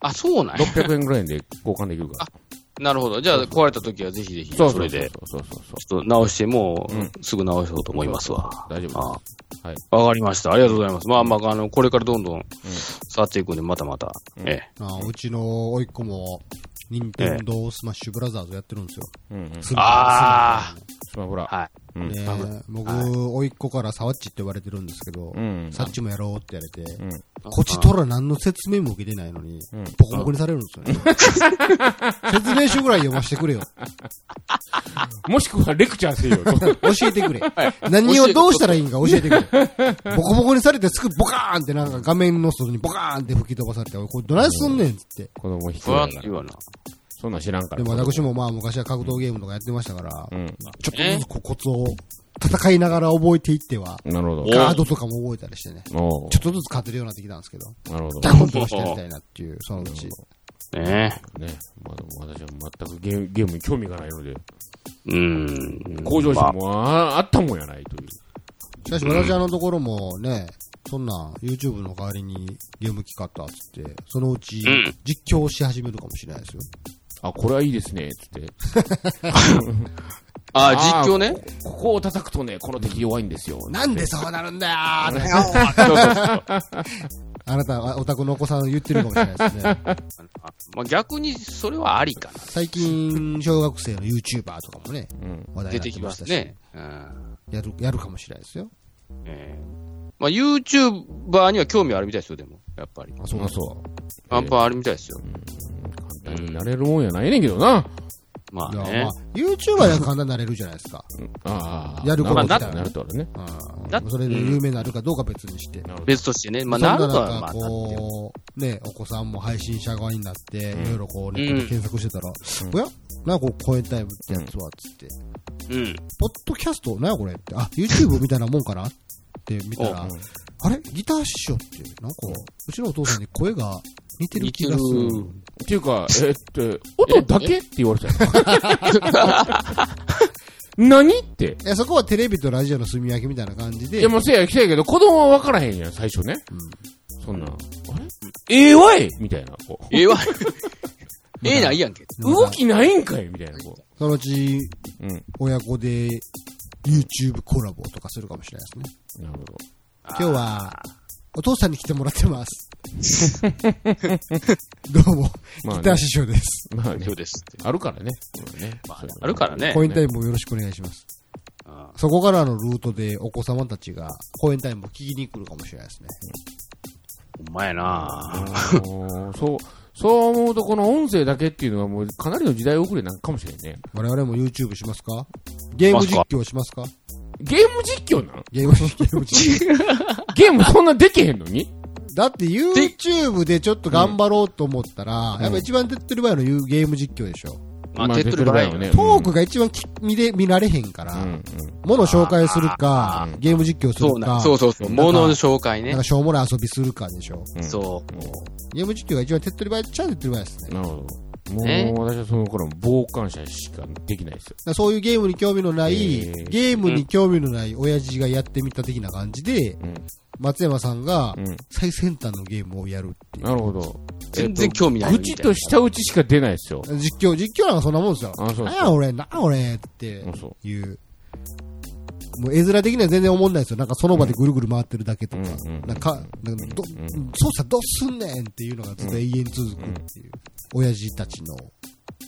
[SPEAKER 2] あ、そうなんや。
[SPEAKER 3] 600円ぐらいで交換できるか
[SPEAKER 2] なるほど。じゃあ、壊れた時はぜひぜひ、
[SPEAKER 3] そう
[SPEAKER 2] そ
[SPEAKER 3] そう
[SPEAKER 2] れ
[SPEAKER 3] そう
[SPEAKER 2] で、
[SPEAKER 3] そうそうそう。
[SPEAKER 2] ちょっと直して、も
[SPEAKER 3] うん
[SPEAKER 2] う、すぐ直そうと思いますわ。
[SPEAKER 3] 大丈夫
[SPEAKER 2] あ
[SPEAKER 3] はい
[SPEAKER 2] あわかりました。ありがとうございます。まあまあ、あの、これからどんどん、触っていくんで、またまた。
[SPEAKER 3] ん
[SPEAKER 2] ええ。
[SPEAKER 4] あうちの甥いっ子も、任天堂スマッシュブラザーズやってるんですよ。
[SPEAKER 3] うんうん。
[SPEAKER 4] スマ
[SPEAKER 2] あ
[SPEAKER 3] スマブラ。
[SPEAKER 2] は
[SPEAKER 3] う
[SPEAKER 4] ス
[SPEAKER 3] ん。
[SPEAKER 4] マブラね僕、甥いっ子からサワッチって言われてるんですけど
[SPEAKER 3] う、ん。
[SPEAKER 4] サッチもやろうってやれて、
[SPEAKER 3] ん
[SPEAKER 4] こっちとら何の説明も受けてないのに、
[SPEAKER 3] ん
[SPEAKER 4] ボコボコにされるんですよね。説明書ぐらい読ませてくれよ。
[SPEAKER 3] もしくはレクチャーせよと。
[SPEAKER 4] 教えて くれ。何をどうしたらいいんか教えてくれ。 ボコボコにされてすぐボカーンってなんか画面の外にボカーンって吹き飛ばされて、おいこれどないすんねんっつって。
[SPEAKER 3] 子供引く
[SPEAKER 2] 不安
[SPEAKER 3] から
[SPEAKER 2] 言うわな。
[SPEAKER 3] そんなん知らんから。
[SPEAKER 4] でも私もまあ昔は格闘ゲームとかやってましたから、
[SPEAKER 3] うん。
[SPEAKER 4] ちょっとずつこうコツを戦いながら覚えていっては、
[SPEAKER 3] なるほど。
[SPEAKER 2] お
[SPEAKER 4] ガードとかも覚えたりしてね。
[SPEAKER 3] おう
[SPEAKER 4] ちょっとずつ勝てるようになってきたんですけど、
[SPEAKER 3] なるほど。
[SPEAKER 4] ダウンとしてやりたいなっていう、そのうち。
[SPEAKER 2] ね
[SPEAKER 3] ね。まだ私は全くゲームゲームに興味がないので、
[SPEAKER 2] え。うん。
[SPEAKER 3] 向上
[SPEAKER 2] ま
[SPEAKER 3] 心もああったもんやないという。
[SPEAKER 4] しかし、私あのところもね、そんなん YouTube の代わりにゲーム機買ったっつって、そのうち
[SPEAKER 2] ん
[SPEAKER 4] 実況し始めるかもしれないですよ。
[SPEAKER 3] あ、これはいいですね、つって。
[SPEAKER 2] あ、あ実況ね。
[SPEAKER 3] ここを叩くとね、この敵弱いんですよ。
[SPEAKER 4] なんでそうなるんだよーって
[SPEAKER 2] そうそうそう
[SPEAKER 4] あなた、お宅のお子さん言ってるかもしれないですね。
[SPEAKER 2] まあ、逆に、それはありかな。
[SPEAKER 4] 最近、小学生の YouTuber とかもね、
[SPEAKER 3] うん。
[SPEAKER 4] 話
[SPEAKER 2] 出
[SPEAKER 4] 題にな
[SPEAKER 2] て
[SPEAKER 4] って
[SPEAKER 2] き
[SPEAKER 4] ま
[SPEAKER 2] ま
[SPEAKER 4] し
[SPEAKER 2] す
[SPEAKER 4] たし、
[SPEAKER 2] ね。うん。
[SPEAKER 4] やる、やるかもしれないですよ。
[SPEAKER 2] ええ。まあ、YouTuber には興味あるみたいですよ、でも。やっぱり。
[SPEAKER 4] あ、そう
[SPEAKER 3] あ、そ
[SPEAKER 2] やっぱあるみたいですよ。
[SPEAKER 3] う。簡単になれるもんやないねんけどな。
[SPEAKER 2] まあ
[SPEAKER 4] いや、
[SPEAKER 2] ね
[SPEAKER 4] まあ。、YouTuber は簡単になれるじゃないですか。
[SPEAKER 3] ああ。
[SPEAKER 4] やること
[SPEAKER 3] な
[SPEAKER 4] 自
[SPEAKER 3] る
[SPEAKER 4] 体
[SPEAKER 3] なるとね。
[SPEAKER 2] だっ
[SPEAKER 4] うん。それで有名になるかどうか別にして。
[SPEAKER 2] 別としてね。まあ、
[SPEAKER 4] そん
[SPEAKER 2] な
[SPEAKER 4] な
[SPEAKER 2] ると
[SPEAKER 4] 中
[SPEAKER 2] は、まあ、な
[SPEAKER 4] こう、ね、お子さんも配信者側になって、いろいろこう、ネットで検索してたら、おやなんかこう、公演タイムってやつは、つって。
[SPEAKER 2] って いう
[SPEAKER 4] ポッドキャストなこれって。あ、YouTube みたいなもんかなって見たら、あれギター師匠って、なんか、うちのお父さんに声が似てる気がす
[SPEAKER 2] 似て
[SPEAKER 4] る
[SPEAKER 2] る。
[SPEAKER 3] っていう か、えって、音だけって言われたよ。 何って。
[SPEAKER 4] いや、そこはテレビとラジオの住み分けみたいな感じ
[SPEAKER 3] い
[SPEAKER 4] で
[SPEAKER 3] や、、もうせや、せやけど、子供は分からへんやん、最初ね。そんなん。あれええわいみたいな、こ
[SPEAKER 2] うん。ええわ。ええないやんけ。
[SPEAKER 3] う。動きないんかいみたいな、こ
[SPEAKER 4] そのうち、
[SPEAKER 3] う。うん。
[SPEAKER 4] 親子で YouTube コラボとかするかもしれないですね。
[SPEAKER 3] なるほど。
[SPEAKER 4] 今日は、お父さんに来てもらってます。 どうも、
[SPEAKER 3] まあね
[SPEAKER 4] ギター師匠です。
[SPEAKER 3] まあね
[SPEAKER 2] 今、日ですって。
[SPEAKER 3] あるからね。そうね
[SPEAKER 2] あるから。ね
[SPEAKER 4] コ。インタイムもよろしくお願いします。
[SPEAKER 2] あ
[SPEAKER 4] そこからのルートでお子様たちが公演タイムを聞きに来るかもしれないですね。
[SPEAKER 2] ほんまやな
[SPEAKER 3] そういうのもあのーそう、そう思うと、この音声だけっていうのはもうかなりの時代遅れなんかもしれんね。
[SPEAKER 4] 我々も YouTube しますかゲーム実況しますか
[SPEAKER 3] ゲーム実況なん
[SPEAKER 4] ゲーム実況します
[SPEAKER 3] ゲームそんなできへんのに
[SPEAKER 4] だって YouTube でちょっと頑張ろうと思ったら、やっぱ一番手っ取り早いの言うゲーム実況でしょ。
[SPEAKER 2] まあ、手っ取り早いよね。
[SPEAKER 3] ね。
[SPEAKER 4] トークが一番き見れ見られへんから、
[SPEAKER 3] うん。うん
[SPEAKER 4] もの紹介するか、ゲーム実況す
[SPEAKER 2] そ
[SPEAKER 4] る
[SPEAKER 2] う
[SPEAKER 4] か
[SPEAKER 2] な、、そうそうそう。
[SPEAKER 4] なんか
[SPEAKER 2] ものの紹介
[SPEAKER 4] なん
[SPEAKER 2] ね
[SPEAKER 4] か。しょうもない遊びするかでしょ。
[SPEAKER 3] うん
[SPEAKER 2] そう。
[SPEAKER 4] ゲーム実況が一番手っ取り早いっちゃ手っ取り早いですね。だか
[SPEAKER 3] なるほど。も
[SPEAKER 2] ね
[SPEAKER 3] う、私はその頃、傍観者しかできないですよ。
[SPEAKER 4] らそういうゲームに興味のない、
[SPEAKER 3] へー
[SPEAKER 4] ゲームに興味のない親父がやってみた的な感じで、
[SPEAKER 3] うん
[SPEAKER 4] 松山さんが
[SPEAKER 3] うん
[SPEAKER 4] 最先端のゲームをやるっていう。
[SPEAKER 3] なるほど。
[SPEAKER 2] 全然興味ない。
[SPEAKER 3] 愚痴と舌打ちしか出ないですよ。
[SPEAKER 4] 実況、実況なんかそんなもんですよ。
[SPEAKER 3] あそう
[SPEAKER 4] なんや俺、なんや俺って
[SPEAKER 3] うんそ
[SPEAKER 4] いう。もう絵面的には全然思んないですよ。なんかその場でぐるぐる回ってるだけとか。
[SPEAKER 3] うんうん
[SPEAKER 4] なんか、なんかど、操作どうすんねんっていうのがずっと永遠続くっていう。親父たちの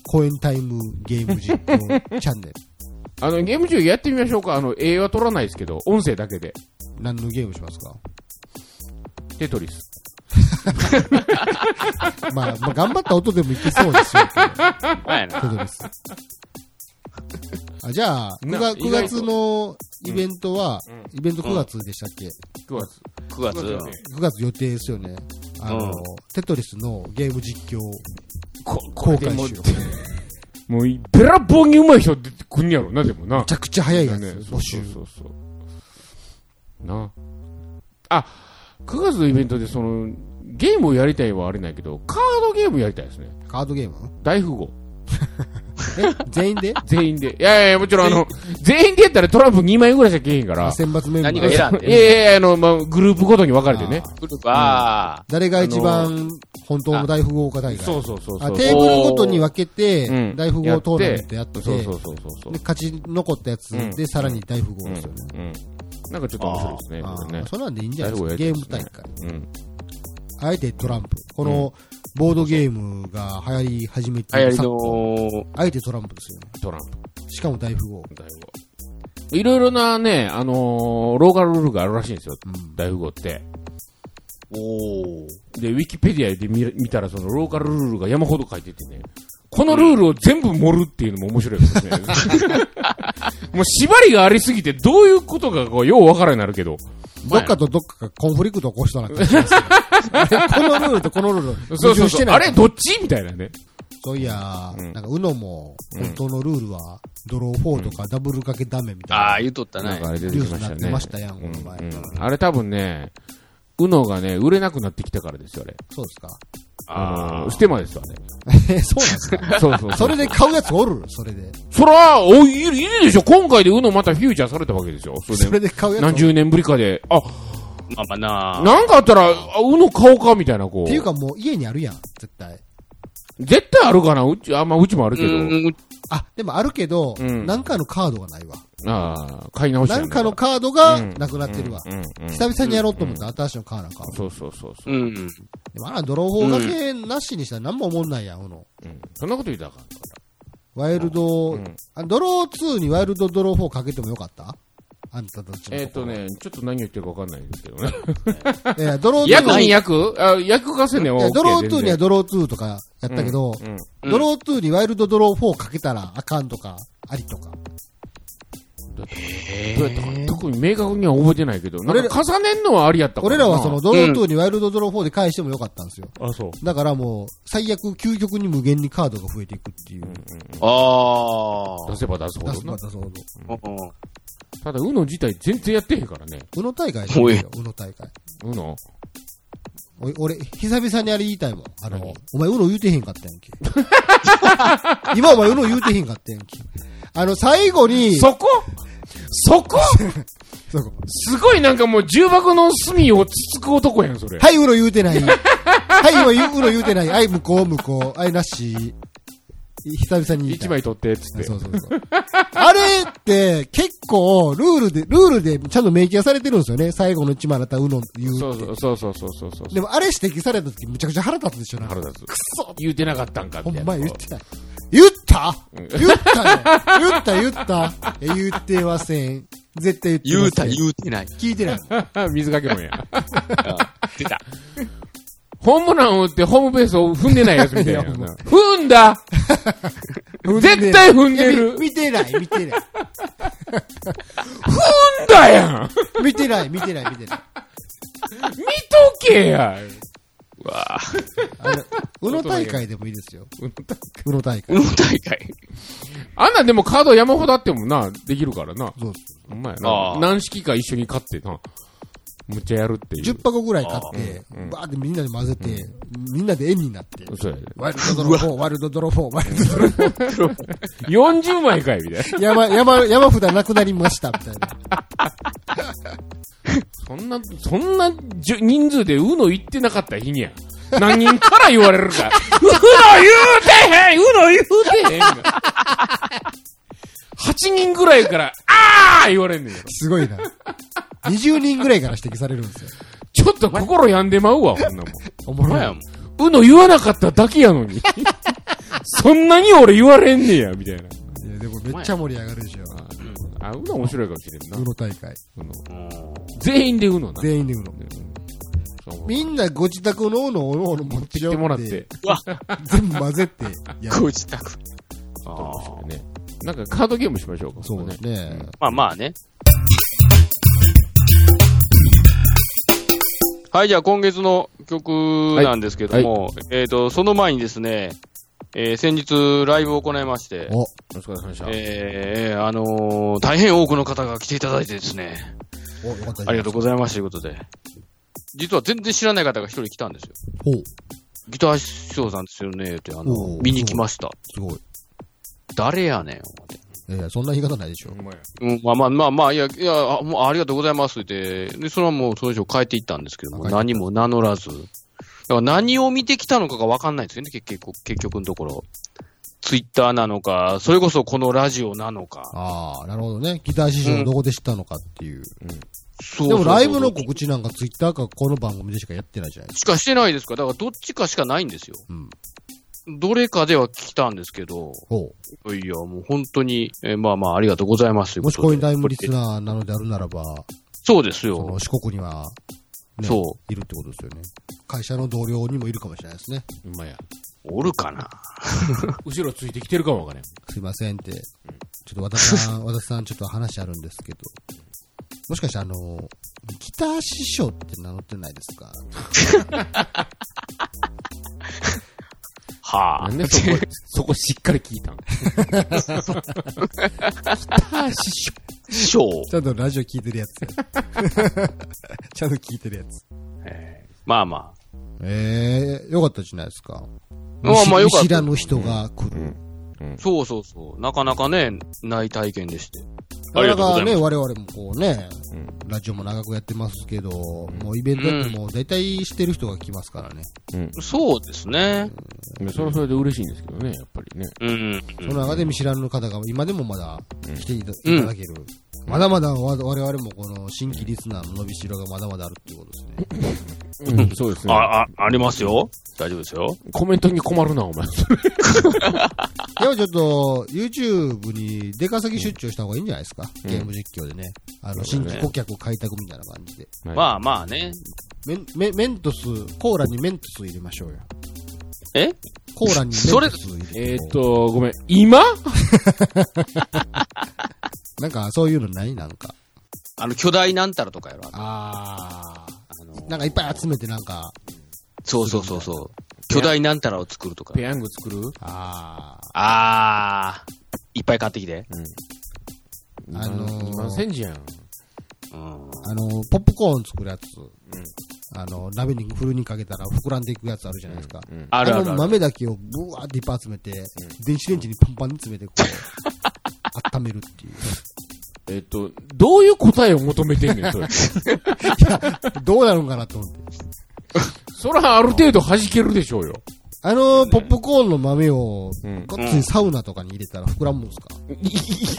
[SPEAKER 4] 公演タイムゲーム実況チャンネル。
[SPEAKER 3] あの、ゲーム中やってみましょうか。あの、絵は取らないですけど、音声だけで。
[SPEAKER 4] 何のゲームしますか
[SPEAKER 3] テトリス。
[SPEAKER 4] まあ、まあ、頑張った音でもいけそうですよ。
[SPEAKER 2] ほんまやな
[SPEAKER 4] テトリス。あじゃあ9
[SPEAKER 3] な
[SPEAKER 4] 月、9
[SPEAKER 3] 意外と
[SPEAKER 4] 月のイベントは、イベント9月でしたっけ、
[SPEAKER 3] 9月。
[SPEAKER 2] 9月。
[SPEAKER 4] 9月予定ですよね。あの、
[SPEAKER 2] うん
[SPEAKER 4] テトリスのゲーム実況
[SPEAKER 3] こ、
[SPEAKER 4] 公開しよう。め
[SPEAKER 3] もう、べらぼうに上手い人出てくんねやろな、でもな。
[SPEAKER 4] ちゃくちゃ早いやつ、
[SPEAKER 3] ね、そ
[SPEAKER 4] 募
[SPEAKER 3] う
[SPEAKER 4] 集
[SPEAKER 3] そう。そうそう。なあ。9月のイベントで、その、ゲームをやりたいはあれないけど、カードゲームやりたいですね。
[SPEAKER 4] カードゲーム
[SPEAKER 3] 大富豪。
[SPEAKER 4] 全員で
[SPEAKER 3] 全員で。いやいや、もちろんあの、全員でやったらトランプ2枚ぐらいしかけへんから。
[SPEAKER 4] 選抜メンバ
[SPEAKER 2] 何
[SPEAKER 4] ー
[SPEAKER 2] が選ん
[SPEAKER 3] いや
[SPEAKER 2] で
[SPEAKER 3] いやいや、あの、まあ、グループごとに分かれてね。
[SPEAKER 2] くるか。
[SPEAKER 4] 誰が一番本当の大富豪か大会。
[SPEAKER 3] そうそうそうそう。
[SPEAKER 4] あテーブルごとに分け
[SPEAKER 3] う
[SPEAKER 4] て、
[SPEAKER 3] ん
[SPEAKER 4] 大富豪トーナメントやってて、
[SPEAKER 3] そうそう
[SPEAKER 4] で
[SPEAKER 3] そうそう。
[SPEAKER 4] 勝ち残ったやつ
[SPEAKER 3] う
[SPEAKER 4] でさらに大富豪ですよね。
[SPEAKER 3] うんうん。なんかちょっと面白いですね
[SPEAKER 4] あ
[SPEAKER 3] こ
[SPEAKER 4] ー
[SPEAKER 3] れね。
[SPEAKER 4] そんなんでいいんじゃないですか。
[SPEAKER 3] 大
[SPEAKER 4] ゲ
[SPEAKER 3] 富
[SPEAKER 4] ー
[SPEAKER 3] 豪
[SPEAKER 4] ム
[SPEAKER 3] やって
[SPEAKER 4] 大会。
[SPEAKER 3] ますうん。
[SPEAKER 4] あえてトランプ。このボードゲームが流行り始めて
[SPEAKER 2] 流行り
[SPEAKER 4] 昨
[SPEAKER 2] の、
[SPEAKER 4] 今あえてトランプですよね。
[SPEAKER 3] トラン
[SPEAKER 4] しかも大富豪。
[SPEAKER 3] プ、大富豪。いろいろなね、あのーローカルルールがあるらしいんですよ。
[SPEAKER 4] うん
[SPEAKER 3] 大富豪って。
[SPEAKER 2] おー。
[SPEAKER 3] で、ウィキペディアで見見たら、そのローカルルールが山ほど書いててね、このルールを全部盛るっていうのも面白いで すね。もう縛りがありすぎて、どういうことかこうようわからんようになるけど。
[SPEAKER 4] どっかとどっかがコンフリクトを起こしたな感じですねあれこのルールとこのルール、
[SPEAKER 3] そうそう
[SPEAKER 4] し
[SPEAKER 3] そ
[SPEAKER 4] て
[SPEAKER 3] う。
[SPEAKER 4] ない
[SPEAKER 3] あれどっちみたいなね。
[SPEAKER 4] そういや、
[SPEAKER 3] うん
[SPEAKER 4] なんか、うのも、本当のルールは、ドロー4とかダブルかけダメみ
[SPEAKER 2] あ
[SPEAKER 4] た
[SPEAKER 2] あ、
[SPEAKER 4] い
[SPEAKER 2] 言うとった
[SPEAKER 3] な。
[SPEAKER 2] なん
[SPEAKER 3] かあれ出
[SPEAKER 4] な、
[SPEAKER 3] て
[SPEAKER 4] ニュ
[SPEAKER 3] き
[SPEAKER 4] ース
[SPEAKER 3] ま
[SPEAKER 4] にな
[SPEAKER 3] した
[SPEAKER 4] って
[SPEAKER 3] ね
[SPEAKER 4] まし。たやん、こ
[SPEAKER 3] うん
[SPEAKER 4] の前。
[SPEAKER 3] うんあれ多分ね、うのがね、売れなくなってきたからですよ、あれ。
[SPEAKER 4] そうですか。
[SPEAKER 3] あ
[SPEAKER 2] あ
[SPEAKER 3] の、
[SPEAKER 2] ー
[SPEAKER 3] ステマですわね。
[SPEAKER 4] え そうなんですか。
[SPEAKER 3] そうそ う
[SPEAKER 4] それで買うやつおるそれで。
[SPEAKER 3] そら、おい、いるいるでしょ今回でうのまたフューチャーされたわけで すよ。それ
[SPEAKER 4] そ
[SPEAKER 3] で。
[SPEAKER 4] れで買うやつお
[SPEAKER 3] 何
[SPEAKER 4] る。っ
[SPEAKER 3] 十年ぶりかで、あ、
[SPEAKER 2] まあまあな
[SPEAKER 3] なんかあったら、あうの買おうかみたいな、こう。
[SPEAKER 4] ていうかもう家にあるやん、絶対。
[SPEAKER 3] 絶対あるかなうち、あ、まあ、うちもある
[SPEAKER 2] う
[SPEAKER 3] けど。
[SPEAKER 2] ん、
[SPEAKER 4] あ、でもあるけど、
[SPEAKER 3] うん
[SPEAKER 4] なんかのカードがないわ。
[SPEAKER 3] ああ、買い直した
[SPEAKER 4] なんかのカード
[SPEAKER 3] う
[SPEAKER 4] が
[SPEAKER 3] ん
[SPEAKER 4] なくなってるわ。
[SPEAKER 3] うん、うん。
[SPEAKER 4] 久々にやろうと思ったら新しいのカーなんか。
[SPEAKER 3] そうそうそうそ
[SPEAKER 2] う
[SPEAKER 3] う。
[SPEAKER 2] ん。
[SPEAKER 4] でもあら、ドロー4かけなしにしたら何も思んないやん、うの。
[SPEAKER 3] うん。そんなこと言ったらあかん
[SPEAKER 4] ワイルド、
[SPEAKER 3] うん
[SPEAKER 4] あドロー2にワイルドドロー4かけてもよかったあんたたちの
[SPEAKER 3] えっ、とね、ちょっと何言ってるかわかんないですけど ね。
[SPEAKER 4] いや、ドロー2
[SPEAKER 3] 役
[SPEAKER 4] に
[SPEAKER 3] に役あ、役かせんねん、
[SPEAKER 4] いや
[SPEAKER 3] OK
[SPEAKER 4] ドロー2には
[SPEAKER 3] 全然
[SPEAKER 4] ドロー2とかやったけど、
[SPEAKER 3] う
[SPEAKER 2] う
[SPEAKER 3] ん。
[SPEAKER 2] ん
[SPEAKER 4] ドロー2にワイルドドロー4かけたらあかんとか、ありとか。
[SPEAKER 3] だってどうやったかな特に明確には覚えてないけど、なんか重ねんのはありやったから
[SPEAKER 4] 俺
[SPEAKER 3] な
[SPEAKER 4] らはその、ドロー2にワイルドドロー4で返してもよかったんですよ。
[SPEAKER 3] あ、そう。
[SPEAKER 4] だからもう、最悪究極に無限にカードが増えていくっていう。
[SPEAKER 2] ああ
[SPEAKER 3] 出。せば出すほ
[SPEAKER 4] 出す
[SPEAKER 3] ど
[SPEAKER 4] の
[SPEAKER 3] な。
[SPEAKER 4] 出すほど。
[SPEAKER 3] ただ、うの自体全然やってへんからね。
[SPEAKER 4] うの大会ですよ、
[SPEAKER 2] おいう
[SPEAKER 4] の大会。
[SPEAKER 3] うの。
[SPEAKER 4] おい俺、久々にあれ言いたいもん。あの
[SPEAKER 3] 何、
[SPEAKER 4] お前、うの言うてへんかったやんけ。 今お前、うの言うてへんかったやんけ。あの、最後に、
[SPEAKER 3] そこそこ
[SPEAKER 4] そうか
[SPEAKER 3] すごいなんかもう重箱の隅をつつく男やん、それ。
[SPEAKER 4] はい、うの言うてない。はい、今、うの言うてない。はい、向こう、向こう。はい、なし。久々に言いたい。
[SPEAKER 3] 一枚取って、つって。
[SPEAKER 4] そうそうそう。あれって、結構、ルールで、ルールでちゃんと明記がされてるんですよね。最後の一枚だったらうの言うって。
[SPEAKER 3] そうそうそうそうそうそうそう。
[SPEAKER 4] でも、あれ指摘された時、むちゃくちゃ腹立つでしょ、なんか
[SPEAKER 3] 腹立つ。くそ言うてなかったんかって
[SPEAKER 4] ほ
[SPEAKER 3] やつ。
[SPEAKER 4] んま言ってない。言った言ったよ言った言ったえ言ってません。絶対言
[SPEAKER 2] 言
[SPEAKER 4] っ
[SPEAKER 2] う
[SPEAKER 4] てま
[SPEAKER 2] た、
[SPEAKER 4] せん。
[SPEAKER 2] 言うてない。
[SPEAKER 4] 聞いてない。
[SPEAKER 3] 水かけもんや。
[SPEAKER 2] 出た。
[SPEAKER 3] ホームラン打ってホームベースを踏んでないやつみたいな。
[SPEAKER 4] いやほんま
[SPEAKER 3] 踏んだ絶対踏んで
[SPEAKER 4] いや
[SPEAKER 3] る
[SPEAKER 4] み見てない、見てない。
[SPEAKER 3] 踏んだやん
[SPEAKER 4] 見てない、見てない、見てない。
[SPEAKER 3] 見とけや
[SPEAKER 2] うわあ。
[SPEAKER 4] あの、うの大会でもいいですよ。うの大会。
[SPEAKER 2] うの大会。
[SPEAKER 3] あんなんでもカード山ほどあってもな、できるからな。
[SPEAKER 4] そう
[SPEAKER 3] ほんまや
[SPEAKER 2] あ
[SPEAKER 3] な。
[SPEAKER 2] あ
[SPEAKER 3] 何式か一緒に勝ってな。むっちゃやるっていう
[SPEAKER 4] 10。箱ぐらい買って、バーってみんなで混ぜて、みんなで円になって。
[SPEAKER 3] そうやで。
[SPEAKER 4] ワイルドドロー4、ワイルドドロー4、ワイルドドロー4。
[SPEAKER 3] 40枚かいみたいな。
[SPEAKER 4] 山、山、山札なくなりました、みたいな。
[SPEAKER 3] そんな、そんなじゅ人数でうの言ってなかった日にや。何人から言われるか。 うの言うてへんうの言う てへん !8 人ぐらいから、あー言われんねんやろ
[SPEAKER 4] すごいな。20人ぐらいから指摘されるんですよ。
[SPEAKER 3] ちょっと心病んでまうわ、こんなもん。
[SPEAKER 4] おも
[SPEAKER 2] ほ
[SPEAKER 4] ろ
[SPEAKER 2] ら
[SPEAKER 4] いな
[SPEAKER 2] や。ん。
[SPEAKER 3] うの言わなかっただけやの に。そんなに俺言われんねや、みたいな。
[SPEAKER 4] いや、でもめっちゃ盛り上がるでしょ。
[SPEAKER 3] あ、うの面白いかもしれんな。
[SPEAKER 4] うの大会。
[SPEAKER 3] うの全員でうのな。
[SPEAKER 4] 全員でうの。
[SPEAKER 3] そう
[SPEAKER 4] みんなご自宅のうのをおのおの持って
[SPEAKER 3] 来
[SPEAKER 4] きよ
[SPEAKER 3] てもらって。。
[SPEAKER 4] 全部混ぜてや る。
[SPEAKER 2] ご自宅。ああ。
[SPEAKER 3] ねなんかカードゲームしましょうか。
[SPEAKER 4] そうですね。
[SPEAKER 2] まあまあね。はい、じゃあ今月の曲なんですけども、えっ、と、その前にですね、えー先日ライブを行いまして、
[SPEAKER 4] お、
[SPEAKER 3] お疲れ様でした。
[SPEAKER 2] えーあのー大変多くの方が来ていただいてですね、
[SPEAKER 4] お、よかった
[SPEAKER 2] ありがとうございますということで、実は全然知らない方が一人来たんですよ。
[SPEAKER 4] お、
[SPEAKER 2] ギター師匠さんですよね、って、あ
[SPEAKER 4] お
[SPEAKER 2] の、
[SPEAKER 4] ー
[SPEAKER 2] 見に来ました。
[SPEAKER 4] すごい。
[SPEAKER 2] 誰やねん。
[SPEAKER 4] いやいや、そんな言い方ないでしょ。
[SPEAKER 2] うん、まあまあまあまあ、いや、いや、あもうありがとうございますって、で、それはもうその人帰っていったんですけども、
[SPEAKER 4] 帰っていった
[SPEAKER 2] 何も名乗らず。だから何を見てきたのかがわかんないんですよね、結局、結局のところ。ツイッターなのか、それこそこのラジオなのか。
[SPEAKER 4] ああ、なるほどね。ギター師匠どこで知ったのかっていう。
[SPEAKER 2] そう
[SPEAKER 4] で
[SPEAKER 2] そうそ
[SPEAKER 4] も
[SPEAKER 2] う
[SPEAKER 4] ライブの告知なんかツイッターかこの番組でしかやってないじゃないですか。
[SPEAKER 2] しかしてないですから、だからどっちかしかないんですよ。
[SPEAKER 4] うん。
[SPEAKER 2] どれかでは聞いたんですけど、
[SPEAKER 4] ほ。
[SPEAKER 2] いや、もう本当に、えーまあまあ、ありがとうございますといううこ
[SPEAKER 4] もし
[SPEAKER 2] と
[SPEAKER 4] コイ
[SPEAKER 2] で
[SPEAKER 4] ンタイムリスナーなのであるならば、
[SPEAKER 2] そうです
[SPEAKER 4] そ
[SPEAKER 2] よ
[SPEAKER 4] の。四国には、ね、
[SPEAKER 2] そ
[SPEAKER 4] いるってことですよね。会社の同僚にもいるかもしれないですね。
[SPEAKER 3] うまや。
[SPEAKER 2] おるかな。
[SPEAKER 3] 後ろついてきてるかもわかんない。
[SPEAKER 4] すいませんって。ちょっと和田さ ん、和田さんちょっと話あるんですけど。もしかしてあの、ギター師匠って名乗ってないですか
[SPEAKER 2] はあ
[SPEAKER 3] なん。でそこ、そこしっかり聞いたん北師匠。
[SPEAKER 2] 師匠。
[SPEAKER 4] ちゃんとラジオ聞いてるや つ。ちゃんと聞いてるやつ。
[SPEAKER 2] まあまあ。
[SPEAKER 4] ええよかったじゃないですか。
[SPEAKER 2] まあまあ
[SPEAKER 4] 見
[SPEAKER 2] よ
[SPEAKER 4] 知
[SPEAKER 2] かった
[SPEAKER 4] 見知らぬ人が来る。
[SPEAKER 2] そうそうそう。なかなかね、ない体験でして。ありがと
[SPEAKER 4] な
[SPEAKER 2] う
[SPEAKER 4] か
[SPEAKER 2] ござ
[SPEAKER 4] ないか
[SPEAKER 2] ま
[SPEAKER 4] ね、
[SPEAKER 2] す。
[SPEAKER 4] 我々もこうね、ラジオも長くやってますけど、もうイベントやっても大体してる人が来ますからね。
[SPEAKER 2] そうですね。
[SPEAKER 3] いやそれはそれで嬉しいんですけどね、やっぱりね。
[SPEAKER 2] うん。
[SPEAKER 4] その中で見知らぬ方が今でもまだ来ていた,、だける。まだまだわ我々もこの新規リスナーの伸びしろがまだまだあるっていうことですね。
[SPEAKER 3] うん、そうですね。
[SPEAKER 2] あ、あ、ありますよ。大丈夫ですよ。
[SPEAKER 3] コメントに困るな、お前。
[SPEAKER 4] でもちょっと、YouTube に出稼ぎ出張した方がいいんじゃないですか。ゲーム実況でね。あの、新規顧客開拓みたいな感じで。
[SPEAKER 2] まあまあね。
[SPEAKER 4] メンメメントス、コーラにメントス入れましょうよ。
[SPEAKER 2] え
[SPEAKER 4] コーラにメントス
[SPEAKER 2] それ
[SPEAKER 4] 入れて
[SPEAKER 3] えーっと、ごめん。今
[SPEAKER 4] なんか、そういうのないなんか。
[SPEAKER 2] あの、巨大なんたらとかやろ。あ
[SPEAKER 4] あ
[SPEAKER 2] の
[SPEAKER 4] なんかいっぱい集めてなんか、
[SPEAKER 2] そうそうそうそう。巨大なんたらを作るとか
[SPEAKER 3] ペ。ヤング作る
[SPEAKER 4] あ
[SPEAKER 2] あー。いっぱい買ってきて。
[SPEAKER 4] あのー
[SPEAKER 3] 今せんじゃん。
[SPEAKER 2] うん。
[SPEAKER 4] あの、ポップコーン作るやつ。あの、鍋にフルにかけたら膨らんでいくやつあるじゃないですか。
[SPEAKER 3] うん。
[SPEAKER 2] あるある
[SPEAKER 4] の
[SPEAKER 2] ある。
[SPEAKER 4] 豆だけをブワーっていっぱい集めて、電子レンジにパンパンに詰めて、こう、 温めるっていう。
[SPEAKER 3] えーっと、どういう答えを求めてんねん、それ。
[SPEAKER 4] どうなるんかなと思って。
[SPEAKER 3] そらある程度弾けるでしょうよ。
[SPEAKER 4] あの、ポップコーンの豆を、
[SPEAKER 3] うん
[SPEAKER 4] ごっついサウナとかに入れたら膨らむんですか、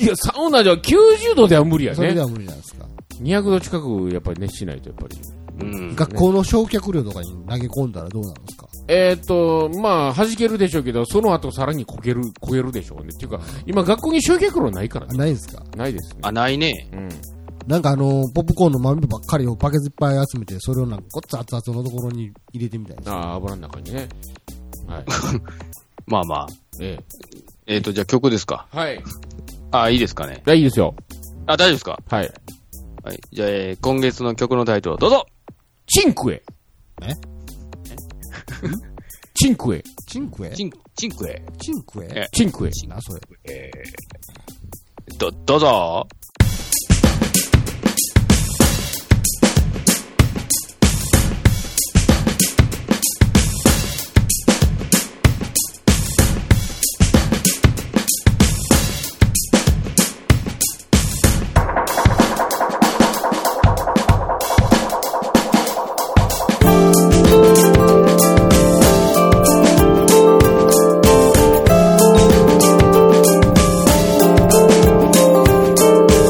[SPEAKER 3] いや、サウナでは90度では無理や
[SPEAKER 4] それで
[SPEAKER 3] ね。
[SPEAKER 4] は無理じゃないですか。
[SPEAKER 3] 200度近く、やっぱり熱しないと、やっぱり。
[SPEAKER 2] うん。
[SPEAKER 4] 学校の焼却量とかに投げ込んだらどうなるんですか
[SPEAKER 3] えーっと、まあ、弾けるでしょうけど、その後さらに焦げる、焦げるでしょうね。っていうか、今学校に集客路ないから
[SPEAKER 4] あ
[SPEAKER 3] ね。
[SPEAKER 4] ないんですか
[SPEAKER 3] ないですね。
[SPEAKER 2] あ、ないね。
[SPEAKER 3] うん。
[SPEAKER 4] なんかあの、ポップコーンの豆ばっかりをバケツいっぱい集めて、それをなんかごっつ熱々のところに入れてみたいな。
[SPEAKER 3] ああ、油の中にね。 はい。
[SPEAKER 2] まあまあ。
[SPEAKER 3] え
[SPEAKER 2] えっ、と、じゃあ曲ですか。
[SPEAKER 3] え。はい。
[SPEAKER 2] あ、いいですかね。
[SPEAKER 3] あ、いいですよ。
[SPEAKER 2] あ、大丈夫ですか。
[SPEAKER 3] はい。
[SPEAKER 2] はい。じゃあ、えー今月の曲のタイトル、どうぞ
[SPEAKER 3] チンクエ。
[SPEAKER 4] え
[SPEAKER 3] チンクエ。
[SPEAKER 4] チンクエ
[SPEAKER 2] チン、チンクエ。
[SPEAKER 4] チンクエ
[SPEAKER 2] え
[SPEAKER 3] チンクエ。
[SPEAKER 4] な、それ。
[SPEAKER 2] ど、どうぞ
[SPEAKER 5] 「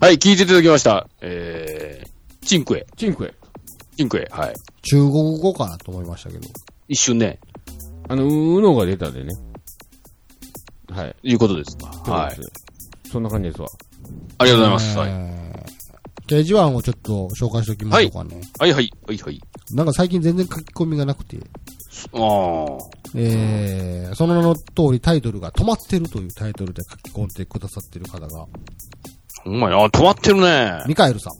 [SPEAKER 2] はい、聞いていただきました。えー、チンクエ。
[SPEAKER 3] チンクエ。
[SPEAKER 2] チンクエ。はい。
[SPEAKER 4] 中国語かなと思いましたけど。
[SPEAKER 2] 一瞬ね、
[SPEAKER 3] あの、うのが出たでね。はい。
[SPEAKER 2] いうことです。はい。
[SPEAKER 3] そんな感じですわ。
[SPEAKER 2] ありがとうございま
[SPEAKER 4] え
[SPEAKER 2] す。
[SPEAKER 4] ー
[SPEAKER 2] はい。
[SPEAKER 4] 掲示板をちょっと紹介しておきましょうかね。
[SPEAKER 2] はいはい、はいはい。
[SPEAKER 4] なんか最近全然書き込みがなくて、
[SPEAKER 2] ああ。
[SPEAKER 4] えー、その名の通りタイトルが止まってるというタイトルで書き込んでくださってる方が、
[SPEAKER 2] ほんまや。あ、止まってるね。
[SPEAKER 4] ミカエルさ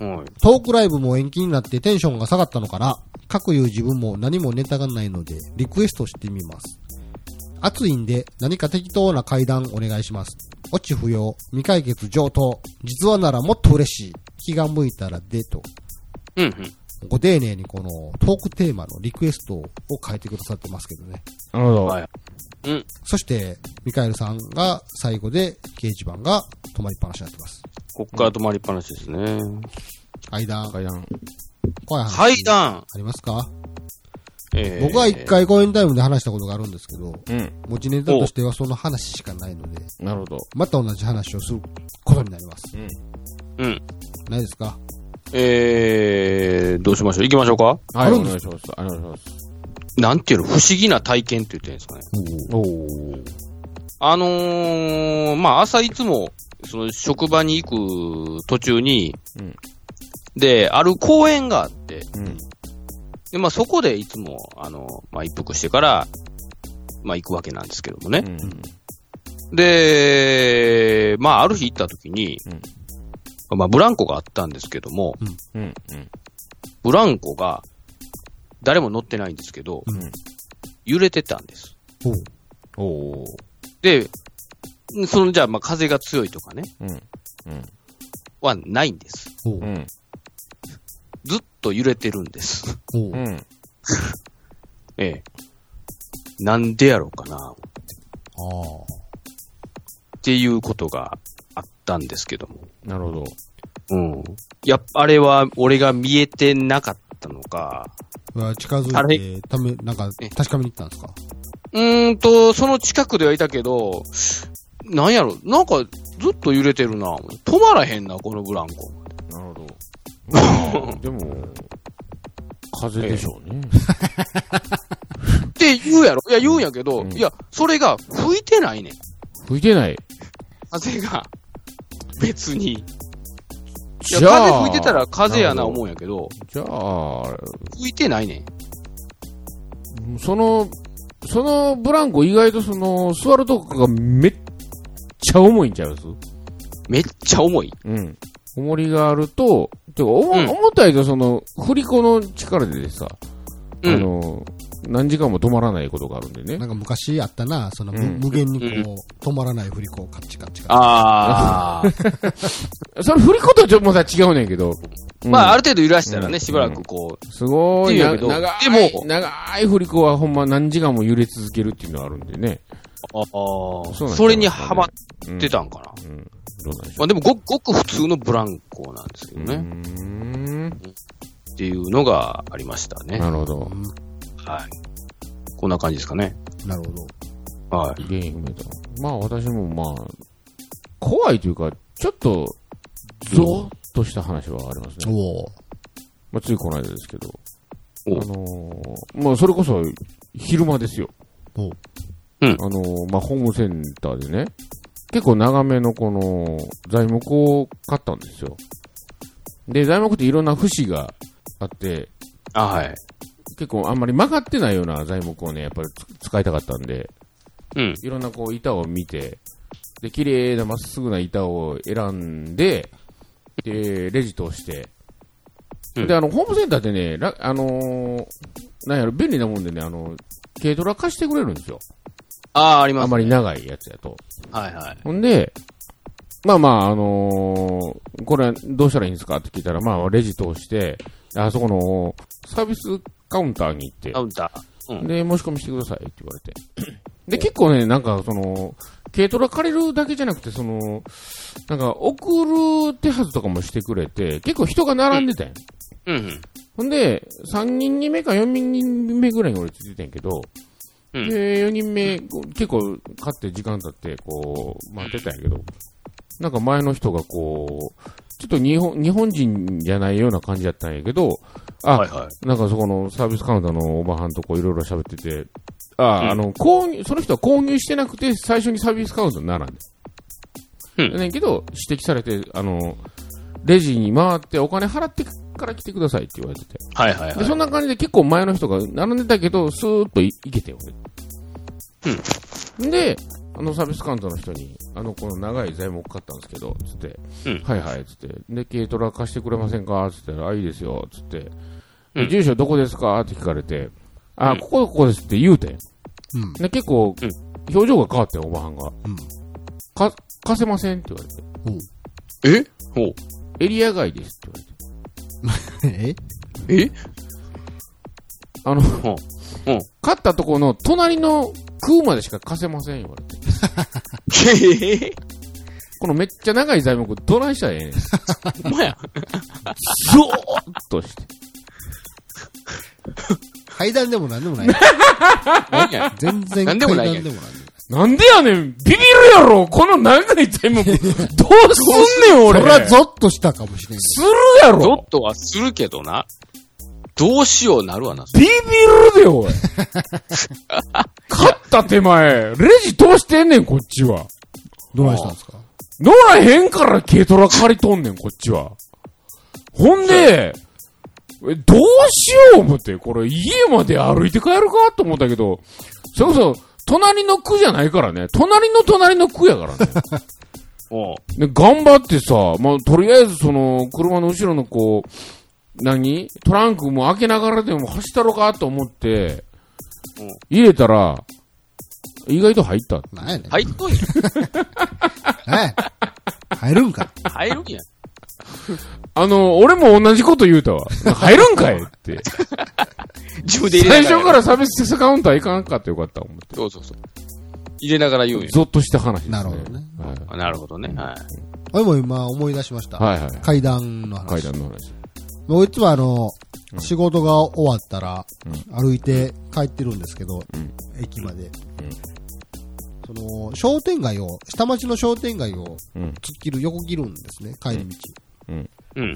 [SPEAKER 4] ん。
[SPEAKER 2] はい。
[SPEAKER 4] トークライブも延期になってテンションが下がったのかな各言う自分も何もネタがないので、リクエストしてみます。暑いんで、何か適当な会談お願いします。オチ不要、未解決上等、実話ならもっと嬉しい。気が向いたらでと。
[SPEAKER 2] うんうん。
[SPEAKER 4] ご丁寧にこのトークテーマのリクエストを変えてくださってますけどね。
[SPEAKER 3] なるほど。
[SPEAKER 2] はい
[SPEAKER 4] そして、ミカエルさんが最後で掲示板が止まりっぱなしになってます。
[SPEAKER 2] こっから止まりっぱなしですね。
[SPEAKER 4] 会談、
[SPEAKER 3] 階段。
[SPEAKER 4] 怖い話。
[SPEAKER 2] 階段
[SPEAKER 4] ありますか
[SPEAKER 2] えー
[SPEAKER 4] 僕は一。回公演タイムで話したことがあるんですけど、
[SPEAKER 3] うん。
[SPEAKER 4] 持ちネタとしてはその話しかないので、
[SPEAKER 3] なるほど。
[SPEAKER 4] また同じ話をすることになります。
[SPEAKER 3] うん。
[SPEAKER 2] うん。
[SPEAKER 4] ないですか
[SPEAKER 2] えー、どうしましょう行きましょうか
[SPEAKER 3] は
[SPEAKER 4] あ
[SPEAKER 3] い、
[SPEAKER 4] る
[SPEAKER 3] お
[SPEAKER 4] ん
[SPEAKER 3] 願
[SPEAKER 4] で
[SPEAKER 3] いします。お願いします。
[SPEAKER 2] なんていうの不思議な体験って言ってるんですかね。
[SPEAKER 3] お
[SPEAKER 2] あのー、まあ、朝いつも、その職場に行く途中に、
[SPEAKER 3] うん
[SPEAKER 2] で、ある公園があって、
[SPEAKER 3] うん。
[SPEAKER 2] で、まあ、そこでいつも、あの、まあ、一服してから、まあ、行くわけなんですけどもね。で、まあ、ある日行った時に、まあ、ブランコがあったんですけども、
[SPEAKER 3] うん。うん。
[SPEAKER 2] ブランコが、誰も乗ってないんですけど、
[SPEAKER 3] ん
[SPEAKER 2] 揺れてたんです。
[SPEAKER 4] おう
[SPEAKER 3] おお
[SPEAKER 2] で、その、じゃあ、まあ、風が強いとかね、
[SPEAKER 3] うん。うん。
[SPEAKER 2] はないんです。
[SPEAKER 4] おう
[SPEAKER 3] うん。
[SPEAKER 2] ずっと揺れてるんです。
[SPEAKER 4] おう
[SPEAKER 3] うん。
[SPEAKER 2] ええ。なんでやろうかな、っ
[SPEAKER 4] ああ。
[SPEAKER 2] ていうことがあったんですけども。
[SPEAKER 3] なるほど。
[SPEAKER 2] うん。やっぱ、あれは俺が見えてなかったのか。
[SPEAKER 4] うわ近
[SPEAKER 2] あ
[SPEAKER 4] づい
[SPEAKER 2] れ
[SPEAKER 4] て、ため、なんか
[SPEAKER 2] え、
[SPEAKER 4] 確かめに行ったんですか
[SPEAKER 2] うーんと、その近くではいたけど、なんやろ、なんかずっと揺れてるな。止まらへんな、このブランコ。
[SPEAKER 3] なるほど。 でも、風でしょうね。
[SPEAKER 2] って言うやろ。いや、言うんやけど、
[SPEAKER 3] うん
[SPEAKER 2] いや、それが吹いてないねん。
[SPEAKER 3] 吹いてない。
[SPEAKER 2] 風が。別に。い
[SPEAKER 3] じ
[SPEAKER 2] や、
[SPEAKER 3] ゃあ、
[SPEAKER 2] 風吹いてたら風やな思うんやけど、
[SPEAKER 3] じゃあ、
[SPEAKER 2] 吹いてないねん。
[SPEAKER 3] その、そのブランコ意外とその、座るとこがめっちゃ重いんちゃいます
[SPEAKER 2] めっちゃ重い。
[SPEAKER 3] うん。重りがあると、てか、おも
[SPEAKER 2] うん
[SPEAKER 3] 重たいとその、振り子の力でさ、
[SPEAKER 2] うん
[SPEAKER 3] あの、何時間も止まらないことがあるんでね
[SPEAKER 4] な。んか昔あったな、その、
[SPEAKER 3] うん
[SPEAKER 4] 無限にこう、止まらない振り子をカッチカッチ カッチ。
[SPEAKER 2] ああ。
[SPEAKER 3] それ振り子とちょっとまた違うねんけど。うん
[SPEAKER 2] まあ、ある程度揺らしたら
[SPEAKER 3] う
[SPEAKER 2] ね、
[SPEAKER 3] ん
[SPEAKER 2] しばらくこう、
[SPEAKER 3] すごい
[SPEAKER 2] っていうん
[SPEAKER 3] な、
[SPEAKER 2] やけど
[SPEAKER 3] 長い、
[SPEAKER 2] でも
[SPEAKER 3] 長い振り子はほんま何時間も揺れ続けるっていうのはあるんでね。
[SPEAKER 2] ああ、
[SPEAKER 3] そうなんですよ
[SPEAKER 2] それにハマっ
[SPEAKER 3] うん
[SPEAKER 2] てたんかな。
[SPEAKER 3] うん。どうなんでしょ
[SPEAKER 2] まあでもご、ごく普通のブランコなんですけ
[SPEAKER 3] う
[SPEAKER 2] ど。ね。
[SPEAKER 3] うーん。
[SPEAKER 2] っていうのがありましたね。
[SPEAKER 3] なるほど。
[SPEAKER 2] はい。こんな感じですかね。
[SPEAKER 4] なるほど。
[SPEAKER 2] はい。
[SPEAKER 3] 原因不明と。まあ私もまあ、怖いというか、ちょっと、ゾーッとした話はありますね。
[SPEAKER 4] おう
[SPEAKER 3] まあ、ついこの間ですけど。
[SPEAKER 2] お
[SPEAKER 3] あのーまあそれこそ、昼間ですよ。
[SPEAKER 4] おう
[SPEAKER 3] あのーまあホームセンターでね、結構長めのこの、材木を買ったんですよ。で、材木っていろんな節があって、
[SPEAKER 2] あ、はい。
[SPEAKER 3] 結構あんまり曲がってないような材木をね、やっぱりつ使いたかったんで、
[SPEAKER 2] うん。
[SPEAKER 3] いろんなこう板を見て、で、綺麗なまっすぐな板を選んで、で、レジ通して、
[SPEAKER 2] うん
[SPEAKER 3] で、あの、ホームセンターってね、らあのーなんやろ、便利なもんでね、あの、軽トラ貸してくれるんですよ。
[SPEAKER 2] ああ、あり
[SPEAKER 3] あ
[SPEAKER 2] ま
[SPEAKER 3] ん
[SPEAKER 2] す。
[SPEAKER 3] ま
[SPEAKER 2] はい
[SPEAKER 3] り長いやつやと。
[SPEAKER 2] はい。
[SPEAKER 3] ほんで、まあまあ、あのーこれはどうしたらいいんですかって聞いたら、まあ、レジ通して、あそこのサービスカウンターに行って
[SPEAKER 2] カ、ウンター。うん
[SPEAKER 3] で、申し込みしてくださいって言われて。で、結構ね、なんか、その、軽トラ借りるだけじゃなくて、その、なんか、送る手はずとかもしてくれて、結構人が並んでたんや
[SPEAKER 2] うんうん。
[SPEAKER 3] ほんで、3人目か4人目ぐらいに俺ついてたんやけど、
[SPEAKER 2] うん
[SPEAKER 3] で、4人目、こう結構、買って時間経って、こう、待ってたんやけど、なんか前の人がこう、ちょっと日本日本人じゃないような感じだったんやけど、あ、
[SPEAKER 2] はいはい。
[SPEAKER 3] なんかそこのサービスカウンターのおばはんとこいろいろ喋ってて、あ、
[SPEAKER 2] うん
[SPEAKER 3] あの、購入、その人は購入してなくて最初にサービスカウンターに並んで。
[SPEAKER 2] うん
[SPEAKER 3] ねんけど、指摘されて、あの、レジに回ってお金払ってから来てくださいって言われてて。
[SPEAKER 2] はいはいは
[SPEAKER 3] で、
[SPEAKER 2] い。
[SPEAKER 3] そんな感じで結構前の人が並んでたけど、スーッとい行けてよ、うん。で、あのサービスカウンターの人に、あの、この長い材木買ったんですけど、つって、
[SPEAKER 2] うん
[SPEAKER 3] はいはい、つって、で、軽トラ貸してくれませんかつって、あ、いいですよ、つって、
[SPEAKER 2] うん
[SPEAKER 3] 住所どこですかって聞かれて、あ、
[SPEAKER 2] うん
[SPEAKER 3] ここここですって言うてん。
[SPEAKER 4] うん。
[SPEAKER 3] で、結構、
[SPEAKER 2] うん
[SPEAKER 3] 表情が変わってん、おばはんが。
[SPEAKER 4] うん
[SPEAKER 3] か、貸せませんって言われて、
[SPEAKER 2] え
[SPEAKER 4] おう
[SPEAKER 2] ほう。
[SPEAKER 3] エリア外ですって言われて、
[SPEAKER 4] え
[SPEAKER 2] え
[SPEAKER 3] あの、
[SPEAKER 2] ほう。うん。
[SPEAKER 3] 買ったとこの隣の空までしか貸せません、言われて。
[SPEAKER 2] え
[SPEAKER 3] このめっちゃ長い材木、どないしたらええねん。ず
[SPEAKER 2] ほんまや。
[SPEAKER 3] ーっとして。
[SPEAKER 4] 階段でもなんでもない。
[SPEAKER 2] 何や。
[SPEAKER 4] 全然
[SPEAKER 2] な
[SPEAKER 4] 階
[SPEAKER 2] んでも
[SPEAKER 4] 段でも
[SPEAKER 2] な
[SPEAKER 4] ないい
[SPEAKER 2] け。ど
[SPEAKER 3] なんでやねんビビるやろこの長い材木、どうすんねん、
[SPEAKER 4] そ
[SPEAKER 3] 俺。
[SPEAKER 4] れはゾッとしたかもしれんけ
[SPEAKER 3] するや
[SPEAKER 2] ド
[SPEAKER 3] ろ
[SPEAKER 2] ットはするけどな。どうしようなるわな。
[SPEAKER 3] ビビるで、おい。勝った手前、レジ通してんねん、こっちは。
[SPEAKER 4] ど。どないしたんですか
[SPEAKER 3] 乗らへんから軽トラ借りとんねん、こっちは。ほんで、えどうしよう思って、これ家まで歩いて帰るかと思ったけど、それこそ、隣の区じゃないからね。隣の隣の区やからね。
[SPEAKER 2] おう。
[SPEAKER 3] で、頑張ってさ、まあ、とりあえずその、車の後ろのこう、何トランクも開けながらでも走ったろかと思って
[SPEAKER 2] うん、
[SPEAKER 3] 入れたら、意外と入った。
[SPEAKER 4] なんやねん。
[SPEAKER 2] 入っとんや。
[SPEAKER 4] ええ入るんか。
[SPEAKER 2] 入るん や。
[SPEAKER 3] あの、俺も同じこと言うたわ。入るんかい って。
[SPEAKER 2] 自分で入れ
[SPEAKER 3] 最
[SPEAKER 2] ながら。
[SPEAKER 3] 初から差別カウンター行かなかったらよかった思って。
[SPEAKER 2] そうそうそう。入れながら言うんや。
[SPEAKER 3] ゾッとした話です、ね。
[SPEAKER 4] なるほどね。
[SPEAKER 3] はい
[SPEAKER 2] あなるほどね。は
[SPEAKER 4] 俺も今思い出しました。
[SPEAKER 3] はいはい。
[SPEAKER 4] 階段の
[SPEAKER 3] 階
[SPEAKER 4] 話。
[SPEAKER 3] 段の話。
[SPEAKER 4] 僕いつもあの、仕事が終わったら
[SPEAKER 3] うん、
[SPEAKER 4] 歩いて帰ってるんですけど、
[SPEAKER 3] うん
[SPEAKER 4] 駅まで。その、商店街を、下町の商店街を
[SPEAKER 3] うん。
[SPEAKER 4] 突っ切る、横切るんですね、帰り道。
[SPEAKER 2] い。うん。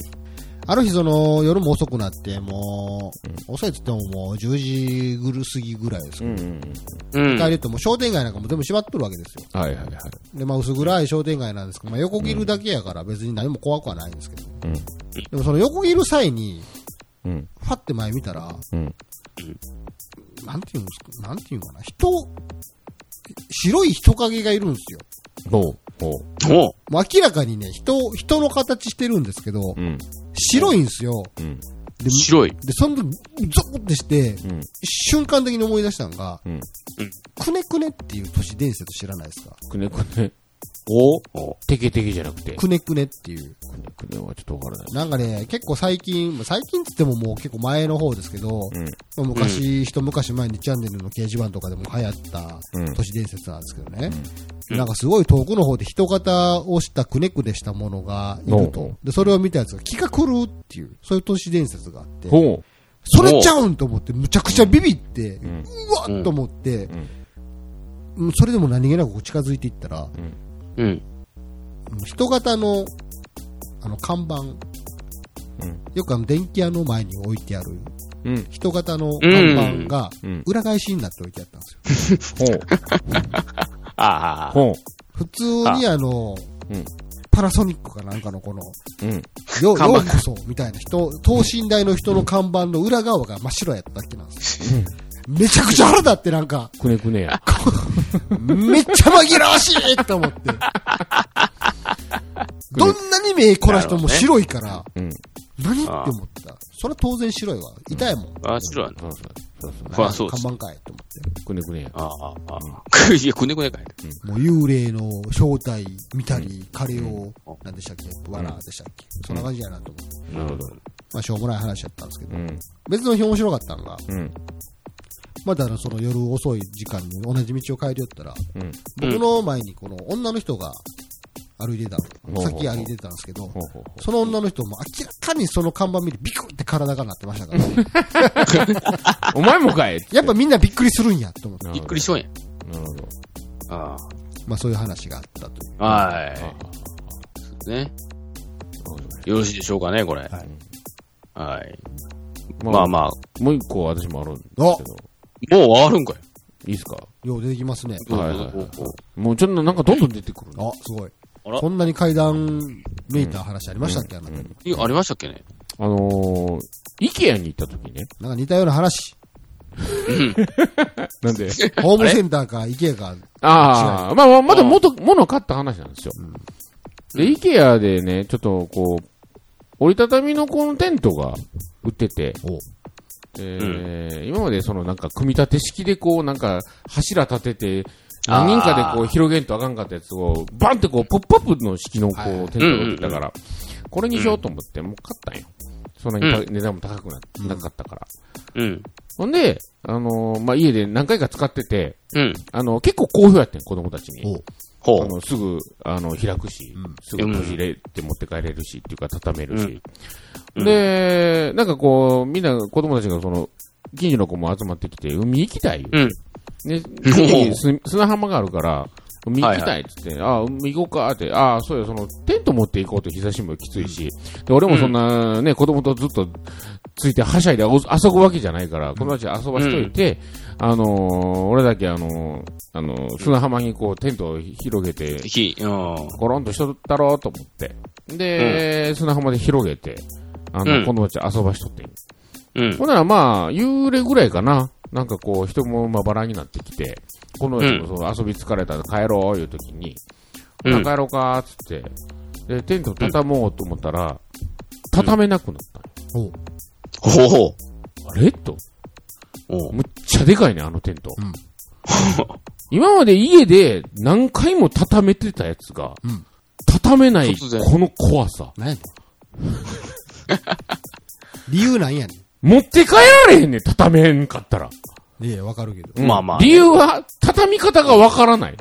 [SPEAKER 4] ある日、その、夜も遅くなって、もう、遅いっつってももう10時ぐる過ぎぐらいです
[SPEAKER 3] う
[SPEAKER 4] けど、
[SPEAKER 3] んうん
[SPEAKER 2] うん。
[SPEAKER 4] 帰るともう商店街なんかも全部閉まっとるわけですよ。
[SPEAKER 3] うん。はいはいはい。
[SPEAKER 4] で、まあ薄暗い商店街なんですけど、まあ横切るだけやから別に何も怖くはないんですけど。
[SPEAKER 3] うん
[SPEAKER 4] でもその横切る際に、
[SPEAKER 3] うん。
[SPEAKER 4] ファって前見たら、
[SPEAKER 3] うん。
[SPEAKER 4] なんていうんですか、なんていうのかな、人、白い人影がいるんですよ。
[SPEAKER 3] ほう。
[SPEAKER 2] お
[SPEAKER 3] ほ
[SPEAKER 2] う。
[SPEAKER 4] もう明らかにね、人、人の形してるんですけど
[SPEAKER 3] う。う、ん。
[SPEAKER 4] 白いんですよ。
[SPEAKER 3] うん。
[SPEAKER 4] で、
[SPEAKER 2] 白い。
[SPEAKER 4] で、その時、ゾーってして、
[SPEAKER 3] うん。
[SPEAKER 4] 瞬間的に思い出したのが、
[SPEAKER 3] うん
[SPEAKER 4] くねくねっていう都市伝説知らないですか
[SPEAKER 3] くねくね。
[SPEAKER 2] おお
[SPEAKER 3] テケテケじゃなくて。
[SPEAKER 4] くねくねっていう。
[SPEAKER 3] くねくねはちょっとわからない。
[SPEAKER 4] なんかね、結構最近、最近っつってももう結構前の方ですけど、昔、一昔前にチャンネルの掲示板とかでも流行った
[SPEAKER 3] うん
[SPEAKER 4] 都市伝説なんですけどね。
[SPEAKER 2] うん
[SPEAKER 4] なんかすごい遠くの方で人型をしたくねくねしたものがいる
[SPEAKER 3] おうお
[SPEAKER 4] と
[SPEAKER 3] う。
[SPEAKER 4] で、それを見たやつが気が狂うっていう、そういう都市伝説があって
[SPEAKER 3] うん。、ほ
[SPEAKER 4] それちゃうんと思って、むちゃくちゃビビって、
[SPEAKER 3] う。うん。
[SPEAKER 4] うわっと思って
[SPEAKER 3] うん、
[SPEAKER 4] うんそれでも何気なく近づいていったら、
[SPEAKER 2] う。うん。
[SPEAKER 4] 人型の、あの、看板。
[SPEAKER 3] ん
[SPEAKER 4] よくあの、電気屋の前に置いてある、
[SPEAKER 3] うん。
[SPEAKER 4] 人型の看板が、
[SPEAKER 3] うん。
[SPEAKER 4] 裏返しになって置いてあったんですよ。
[SPEAKER 3] ほう。
[SPEAKER 2] ああ。
[SPEAKER 3] ほ
[SPEAKER 4] 普通にあの、
[SPEAKER 3] うん
[SPEAKER 4] パナソニックかなんかのこの、
[SPEAKER 3] う。うん。
[SPEAKER 4] よ、
[SPEAKER 2] 看
[SPEAKER 4] よう
[SPEAKER 2] 板
[SPEAKER 4] こそ、みたいな人、等身大の人の看板の裏側が真っ白やったっけなんですよ。めちゃくちゃ腹立ってなんか、
[SPEAKER 3] くねくねや。
[SPEAKER 4] めっちゃ紛らわしいと 思って。どんなに目凝らしても白いから、
[SPEAKER 3] うん。
[SPEAKER 4] 何って思ってた。それは当然白いわ。痛いもん。
[SPEAKER 2] ああ、白いな。
[SPEAKER 3] そうそう。そうそう。
[SPEAKER 2] あそうで
[SPEAKER 4] 看
[SPEAKER 2] す。
[SPEAKER 4] 板かいと思っ
[SPEAKER 3] くねくねや。
[SPEAKER 2] ああ、ああ。 いや、くねくねかい。
[SPEAKER 4] て。もう幽霊の正体見たり、彼を、何でしたっけわらでしたっけそんな感じやなと思って。
[SPEAKER 3] なるほど。
[SPEAKER 4] まあ、しょうもない話やったんですけど
[SPEAKER 3] う。ん。
[SPEAKER 4] 別の日面白かったのが、
[SPEAKER 3] うん。
[SPEAKER 4] まだあのその夜遅い時間に同じ道を帰りよったら、
[SPEAKER 3] うん。
[SPEAKER 4] 僕の前にこの女の人が歩いてた
[SPEAKER 3] ほ
[SPEAKER 4] の。
[SPEAKER 3] う
[SPEAKER 4] さっき歩いてたんですけど
[SPEAKER 3] ほ、うほうほ
[SPEAKER 4] その女の人も明らかにその看板見てビクって体がなってましたから、
[SPEAKER 3] う。お前も かい
[SPEAKER 4] やっぱみんなびっくりするんやと思って、
[SPEAKER 2] びっくりしようや。
[SPEAKER 3] なるほど。
[SPEAKER 2] あ
[SPEAKER 4] まあそういう話があったという。。
[SPEAKER 2] あ。は
[SPEAKER 3] あ
[SPEAKER 2] い。ですね。よろしいでしょうかね、これ。はいはい。
[SPEAKER 3] ま
[SPEAKER 2] ま
[SPEAKER 3] あ
[SPEAKER 2] あまあ、
[SPEAKER 3] もう一個私もあるんですけど。
[SPEAKER 2] もう終わるんか
[SPEAKER 3] いいですか
[SPEAKER 4] よう出てきますね。
[SPEAKER 2] よ。
[SPEAKER 3] はいはいはい
[SPEAKER 2] どうぞどうぞ
[SPEAKER 3] もうちょっとなんかどんどん出てくるね
[SPEAKER 4] あ、すごい。
[SPEAKER 2] あら
[SPEAKER 4] こんなに階段めいた話ありましたっけ、あんなたに
[SPEAKER 2] えありましたっけ ね
[SPEAKER 3] あのー、イケアに行った時ね。
[SPEAKER 4] なんか似たような 話。
[SPEAKER 3] なんで
[SPEAKER 4] ホームセンターか、イケアか。
[SPEAKER 3] ああ、まあまあ、まだ元、物買った話なんですよ。で、イケアでね、ちょっとこう、折りたたみのこのテントが売ってて、えー今までそのなんか組み立て式でこうなんか柱立てて、何人かでこう広げんとあかんかったやつを、バンってこうポップアップの式のこう
[SPEAKER 4] はい
[SPEAKER 3] テントが売ってたから、これにしようと思って、もう買ったんよ。そんなにた、
[SPEAKER 2] う
[SPEAKER 3] 値段も高くななかったから。
[SPEAKER 1] Hmm.
[SPEAKER 2] うん。
[SPEAKER 3] ほんで、あのーまあ、家で何回か使ってて、
[SPEAKER 2] うん。
[SPEAKER 3] あの、結構好評やってん、子供たちに。
[SPEAKER 4] お
[SPEAKER 2] ほ
[SPEAKER 3] あ
[SPEAKER 2] う。
[SPEAKER 3] の、すぐ、あの、開くし、
[SPEAKER 4] うん
[SPEAKER 3] すぐ閉じれて持って帰れるし、っていうか、畳めるし。
[SPEAKER 2] うん
[SPEAKER 3] で、なんかこう、みんな、子供たちがその、近所の子も集まってきて、海行きたいよ。
[SPEAKER 2] うん。
[SPEAKER 3] ね、近所にす砂浜があるから、海行きたいっつって、ああ、海行こうかって、ああ、そうよ、その、テント持って行こうと日差しもきついし、で、俺もそんな、ね、子供とずっとついてはしゃいでお遊ぶわけじゃないから、子供たち遊ばしといて、あのー俺だけあのーあのー砂浜にこう、テントを広げて、
[SPEAKER 2] ひ、うん。
[SPEAKER 3] ゴロンとしとったろうと思って。で、砂浜で広げて、あの、
[SPEAKER 2] うん
[SPEAKER 3] 子供たち遊ばしとってん。
[SPEAKER 2] うん。
[SPEAKER 3] ほんならまあ、夕暮れぐらいかな。なんかこう、人もまばらになってきて、この人もそう遊び疲れたら帰ろういう時に、
[SPEAKER 2] うん
[SPEAKER 3] ほな帰ろうかーっつって、で、テント畳もうと思ったら、畳めなくなった。
[SPEAKER 4] お
[SPEAKER 2] ほう。
[SPEAKER 3] あれと。
[SPEAKER 2] おう
[SPEAKER 3] むっちゃでかいね、あのテント。
[SPEAKER 4] うん
[SPEAKER 3] 今まで家で何回も畳めてたやつが、
[SPEAKER 4] うん
[SPEAKER 3] 畳めない、
[SPEAKER 2] 突然
[SPEAKER 3] この怖さ。
[SPEAKER 4] なん やねん。理由なんやね
[SPEAKER 3] 持って帰られへんねん、畳めんかったら。
[SPEAKER 4] ん。いや、わかるけど。
[SPEAKER 2] まあまあね
[SPEAKER 3] 理由は、畳み方がわからない。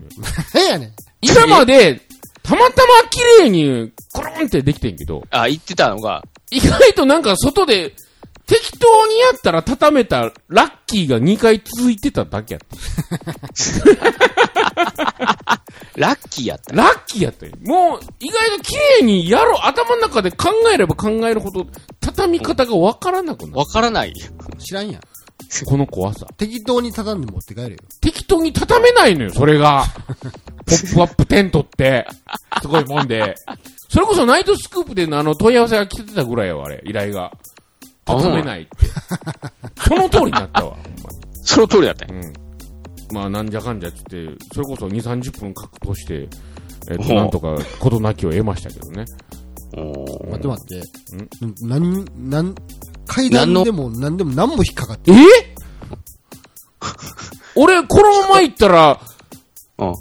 [SPEAKER 4] なんやねん。
[SPEAKER 3] 今まで、たまたま綺麗に、コロンってできてんけど、
[SPEAKER 2] あ、言ってたのが、
[SPEAKER 3] 意外となんか外で、適当にやったら畳めたラッキーが2回続いてただけやった。
[SPEAKER 2] ラッキーやった。
[SPEAKER 3] ラッキーやったよ。もう、意外と綺麗にやろう。頭の中で考えれば考えるほど、畳み方がわからなくなる。
[SPEAKER 2] わから ない。
[SPEAKER 4] 知らんやん。
[SPEAKER 3] この怖さ。
[SPEAKER 4] 適当に畳んで持って帰れよ。
[SPEAKER 3] 適当に畳めないのよ、それが。ポップアップテントって。すごいもんで。それこそナイトスクープでのあの問い合わせが来てたぐらいよ、あれ、依頼が。
[SPEAKER 2] あそう
[SPEAKER 3] 畳
[SPEAKER 2] な
[SPEAKER 3] め
[SPEAKER 2] の
[SPEAKER 3] ないって。その通りになったわ。
[SPEAKER 2] その通りだったん
[SPEAKER 3] ほ
[SPEAKER 2] や
[SPEAKER 3] んまうん。まあ、なんじゃかんじゃっつって、それこそ2、30分格闘して、えっ
[SPEAKER 2] ほ
[SPEAKER 3] と、
[SPEAKER 2] う
[SPEAKER 3] なんとか事なきを得ましたけどね。
[SPEAKER 2] おー
[SPEAKER 4] 待って待って。ん何、何、階段でも何でも何も引っかかって
[SPEAKER 3] え 俺、このまま行ったら、
[SPEAKER 2] うん。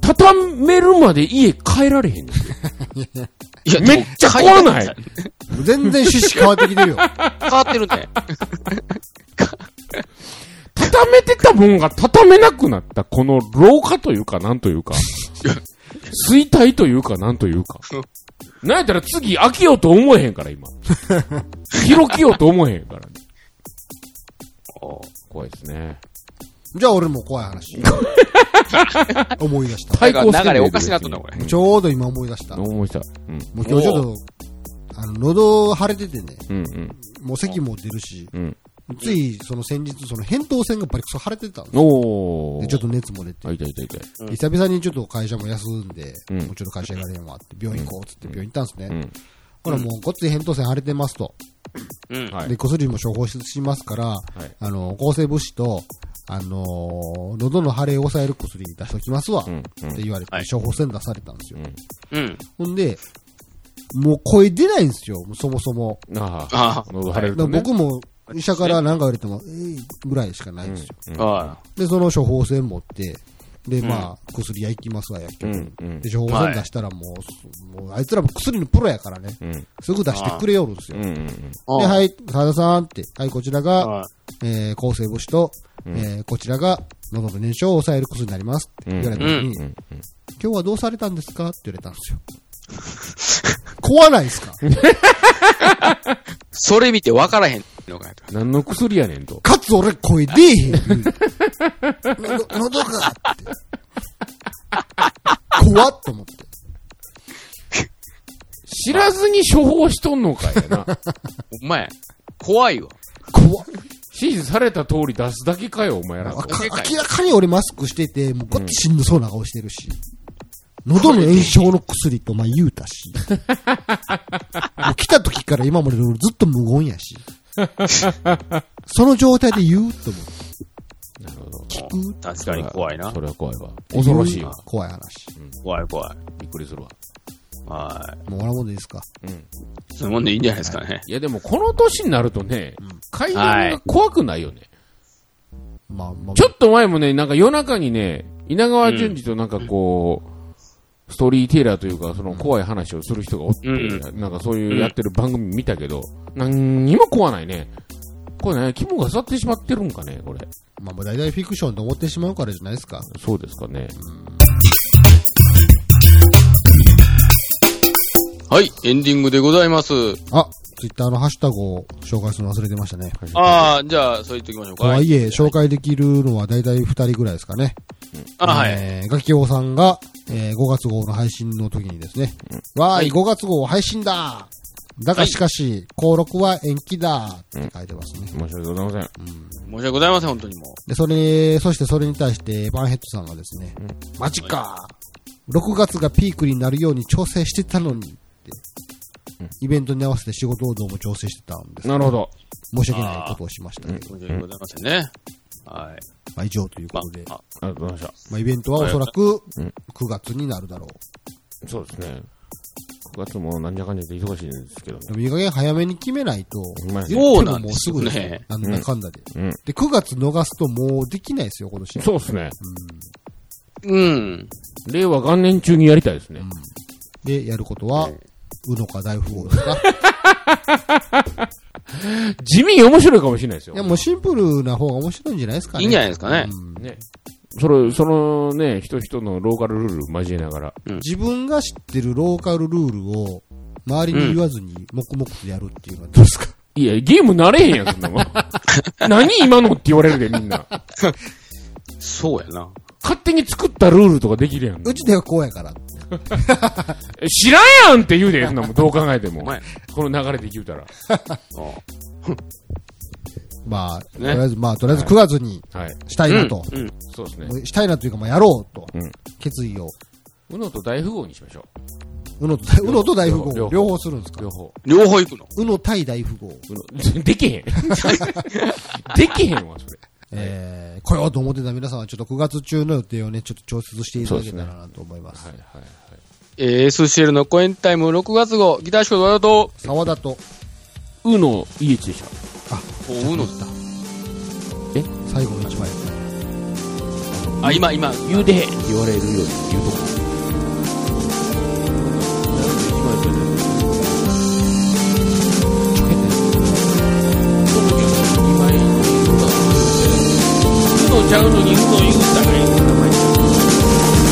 [SPEAKER 3] 畳めるまで家帰られへんの。
[SPEAKER 2] いや
[SPEAKER 3] めっちゃ怖ない
[SPEAKER 2] でも
[SPEAKER 4] る。全然趣旨変わってきてるよ。
[SPEAKER 2] 変わってるね。
[SPEAKER 3] 畳めてたもんが畳めなくなった、この廊下というか、なんというか、衰退というか、なんというか。なんやったら次飽きようと思えへんか ら、今。広きようと思えへんから、ね。
[SPEAKER 2] おー
[SPEAKER 3] 怖いですね。
[SPEAKER 4] じゃあ俺も怖い話。 思い出した。
[SPEAKER 3] 対抗
[SPEAKER 2] なんか流れおかしなっとんなこれ
[SPEAKER 4] ちょうど今思い出した。もう
[SPEAKER 3] 思いした。うん。
[SPEAKER 4] 今日ちょっと、あの、喉腫れててね、
[SPEAKER 3] うんうん。
[SPEAKER 4] もう咳も出るし、
[SPEAKER 3] うん。
[SPEAKER 4] ついその先日、その扁桃腺がバリクソ腫れてたの。
[SPEAKER 3] おー。
[SPEAKER 4] でちょっと熱も出て
[SPEAKER 3] あ、。いたいたいた。
[SPEAKER 2] うん
[SPEAKER 4] 久々にちょっと会社も休んで、
[SPEAKER 3] うん
[SPEAKER 4] もうちょっと会社行かれへんわって、病院行こうっつって病院行ったんすね。
[SPEAKER 3] うん。
[SPEAKER 4] ほらもうごっつい扁桃腺腫れてますと。
[SPEAKER 2] うん。
[SPEAKER 3] はい
[SPEAKER 4] で、薬も処方しますから、
[SPEAKER 3] い
[SPEAKER 4] あの、抗生物質と、あのー喉の腫れを抑える薬出しときますわ、
[SPEAKER 3] うん。うん
[SPEAKER 4] って言われて、
[SPEAKER 2] はい
[SPEAKER 4] 処方箋出されたんですよ。
[SPEAKER 2] うん。
[SPEAKER 4] ほんで、もう声出ないんですよ、そもそも。
[SPEAKER 3] ああ。
[SPEAKER 2] あ
[SPEAKER 3] 喉腫れる
[SPEAKER 4] だか
[SPEAKER 3] と
[SPEAKER 4] ら
[SPEAKER 3] ね。
[SPEAKER 4] 僕も医者から何か言われても、えいぐらいしかないんですよ。
[SPEAKER 2] あ。は
[SPEAKER 4] で、その処方箋持って、で、まあ、薬屋行きますわ、薬
[SPEAKER 3] う
[SPEAKER 4] 局に。
[SPEAKER 3] ん。うん。
[SPEAKER 4] で、処方箋出したらもう、もうあいつらも薬のプロやからね、
[SPEAKER 3] うん。
[SPEAKER 4] すぐ出してくれよるんです
[SPEAKER 3] う
[SPEAKER 4] よ。
[SPEAKER 3] ん。うん。
[SPEAKER 2] い。
[SPEAKER 4] で、
[SPEAKER 2] い。
[SPEAKER 4] はい、沢田さんって、はい、こちらが、
[SPEAKER 2] は
[SPEAKER 4] えー、抗生物質と、えー、こちらが喉の燃焼を抑える薬になりますって言われた時に、
[SPEAKER 3] うん。
[SPEAKER 4] 今日はどうされたんですかって言われたんですよ。 怖ないですか
[SPEAKER 2] それ見て分からへんのかいと。
[SPEAKER 3] 何の薬やねんと。
[SPEAKER 4] かつ俺声出えへん。喉喉がって。怖っと思って。
[SPEAKER 3] ずに処方しとんのかいな。
[SPEAKER 2] お前、怖いわ。
[SPEAKER 4] 怖っ
[SPEAKER 3] 指示された通り出すだけかよ、お前ら
[SPEAKER 4] あ
[SPEAKER 3] と。
[SPEAKER 4] か
[SPEAKER 2] でかい
[SPEAKER 4] 明らかに俺マスクしてて、もうこっちしんどそうな顔してるし。喉の炎症の薬とまあ言うたし。もう来た時から今までの俺ずっと無言やし。その状態で言うと思って
[SPEAKER 3] なるほど。
[SPEAKER 4] 聞く
[SPEAKER 2] 確かに怖いな
[SPEAKER 3] そ。れは怖いわ。恐ろしいわ。
[SPEAKER 4] 怖い話。
[SPEAKER 2] 怖い怖い。
[SPEAKER 3] びっくりするわ。
[SPEAKER 2] は
[SPEAKER 4] もう俺もんでいいですか。
[SPEAKER 3] うん。
[SPEAKER 2] い。そういうもんでいいんじゃないですかね。
[SPEAKER 3] いやでもこの年になるとね、階段が怖くないよね。
[SPEAKER 4] まあまあ。
[SPEAKER 3] ちょっと前もね、なんか夜中にね、稲川淳二となんかこう、ストーリーテイラーというか、その怖い話をする人がおって、
[SPEAKER 2] う
[SPEAKER 3] なんかそういうやってる番組見たけど、なんにも怖ないね。これね、肝が去ってしまってるんかね、これ。
[SPEAKER 4] まあまあ大体フィクションと思ってしまうからじゃないですか。
[SPEAKER 3] そうですかね。
[SPEAKER 2] はい、エンディングでございます。
[SPEAKER 4] あ、ツイッターのハッシュタグを紹介するの忘れてましたね。
[SPEAKER 2] ああ、じゃあ、そう言っときましょうか。
[SPEAKER 4] とはいえ、紹介できるのは大体二人ぐらいですかね。
[SPEAKER 2] あはい。
[SPEAKER 4] えー、ガキオさんが、えー、5月号の配信の時にですね、わーい、5月号配信だだがしかし、登録は延期だって書いてますね。
[SPEAKER 3] 申し訳ございません。
[SPEAKER 2] 申し訳ございません、本当にも
[SPEAKER 4] で、それ、そしてそれに対して、バンヘッドさんがですね、マジか6月がピークになるように調整してたのにって、イベントに合わせて仕事労働も調整してたんです。
[SPEAKER 3] なるほど。
[SPEAKER 4] 申し訳ないことをしましたけ
[SPEAKER 2] う。
[SPEAKER 4] ど、
[SPEAKER 2] 申し訳ございませんね。はい。
[SPEAKER 4] まあ以上という
[SPEAKER 2] ま
[SPEAKER 4] ことで、
[SPEAKER 2] あ、
[SPEAKER 3] ありがとうございまし
[SPEAKER 4] まあイベントはおそらく
[SPEAKER 3] うん
[SPEAKER 4] 9月になるだろう。
[SPEAKER 3] た。そうですね。9月もなんじゃかんじゃで忙しいんですけどね
[SPEAKER 4] で。もいい加減早めに決めないと、
[SPEAKER 3] うま
[SPEAKER 4] 言っ
[SPEAKER 3] いね
[SPEAKER 4] ても
[SPEAKER 2] そうなん
[SPEAKER 4] も
[SPEAKER 2] で
[SPEAKER 4] う
[SPEAKER 2] す
[SPEAKER 4] す
[SPEAKER 2] よ
[SPEAKER 4] ぐ
[SPEAKER 2] ね
[SPEAKER 4] ね、なんだかんだで。
[SPEAKER 3] うん
[SPEAKER 4] で、9月逃すともうできないですよ、今年。
[SPEAKER 3] そうですね。
[SPEAKER 2] うん。
[SPEAKER 3] 令和元年中にやりたいですね。
[SPEAKER 4] で、やることは、うのか大富豪ですか。
[SPEAKER 3] 地味に面白いかもしれないですよ。
[SPEAKER 4] いや、もうシンプルな方が面白いんじゃないですかね。
[SPEAKER 2] いいんじゃないですかね。
[SPEAKER 4] うん
[SPEAKER 3] ね。それ、そのね、人々のローカルルール交えながら。
[SPEAKER 4] 自分が知ってるローカルルールを、周りに言わずに、黙々とやるっていうのはどうですか、
[SPEAKER 3] いや、ゲームなれへんやん、そんなもん。何今のって言われるで、みんな。
[SPEAKER 2] そうやな。
[SPEAKER 3] 勝手に作ったルールとかできるやん
[SPEAKER 4] う。ちではこうやから。
[SPEAKER 3] 知らんやんって言うで、そんなもん。どう考えても
[SPEAKER 2] お。前。
[SPEAKER 3] この流れで言うたら。
[SPEAKER 2] あ
[SPEAKER 4] まあ、とり
[SPEAKER 2] ね
[SPEAKER 4] あえず、まあ、とりあえず9月に
[SPEAKER 3] はい。
[SPEAKER 4] したいなと。
[SPEAKER 2] うん。うん
[SPEAKER 3] そうですね
[SPEAKER 4] も。うしたいなというか、まあ、やろうと
[SPEAKER 3] うん。
[SPEAKER 4] 決意を。
[SPEAKER 3] うのと大富豪にしましょ
[SPEAKER 4] うのと大、うのと大富豪、
[SPEAKER 3] 両方
[SPEAKER 4] 両方するんです
[SPEAKER 3] う。
[SPEAKER 4] か
[SPEAKER 3] 両方。
[SPEAKER 2] 両方行くの。
[SPEAKER 4] うの対大富豪。
[SPEAKER 3] うの、できへん。できへんわ、それ。
[SPEAKER 4] えー、来ようと思ってた皆さんはちょっと9月中の予定をね、ちょっと調節していただけたらなと思います。
[SPEAKER 3] はいはい。
[SPEAKER 2] えー SCL の公演タイム6月号、ギター仕事だと、
[SPEAKER 4] 沢田と、
[SPEAKER 3] うの、いいでした。
[SPEAKER 2] おうの。
[SPEAKER 4] 最後の一枚。
[SPEAKER 2] あ、今、今。
[SPEAKER 3] 言うでって言われるように言うとこ。うのちゃうのにうの言うんだから言うんだ から。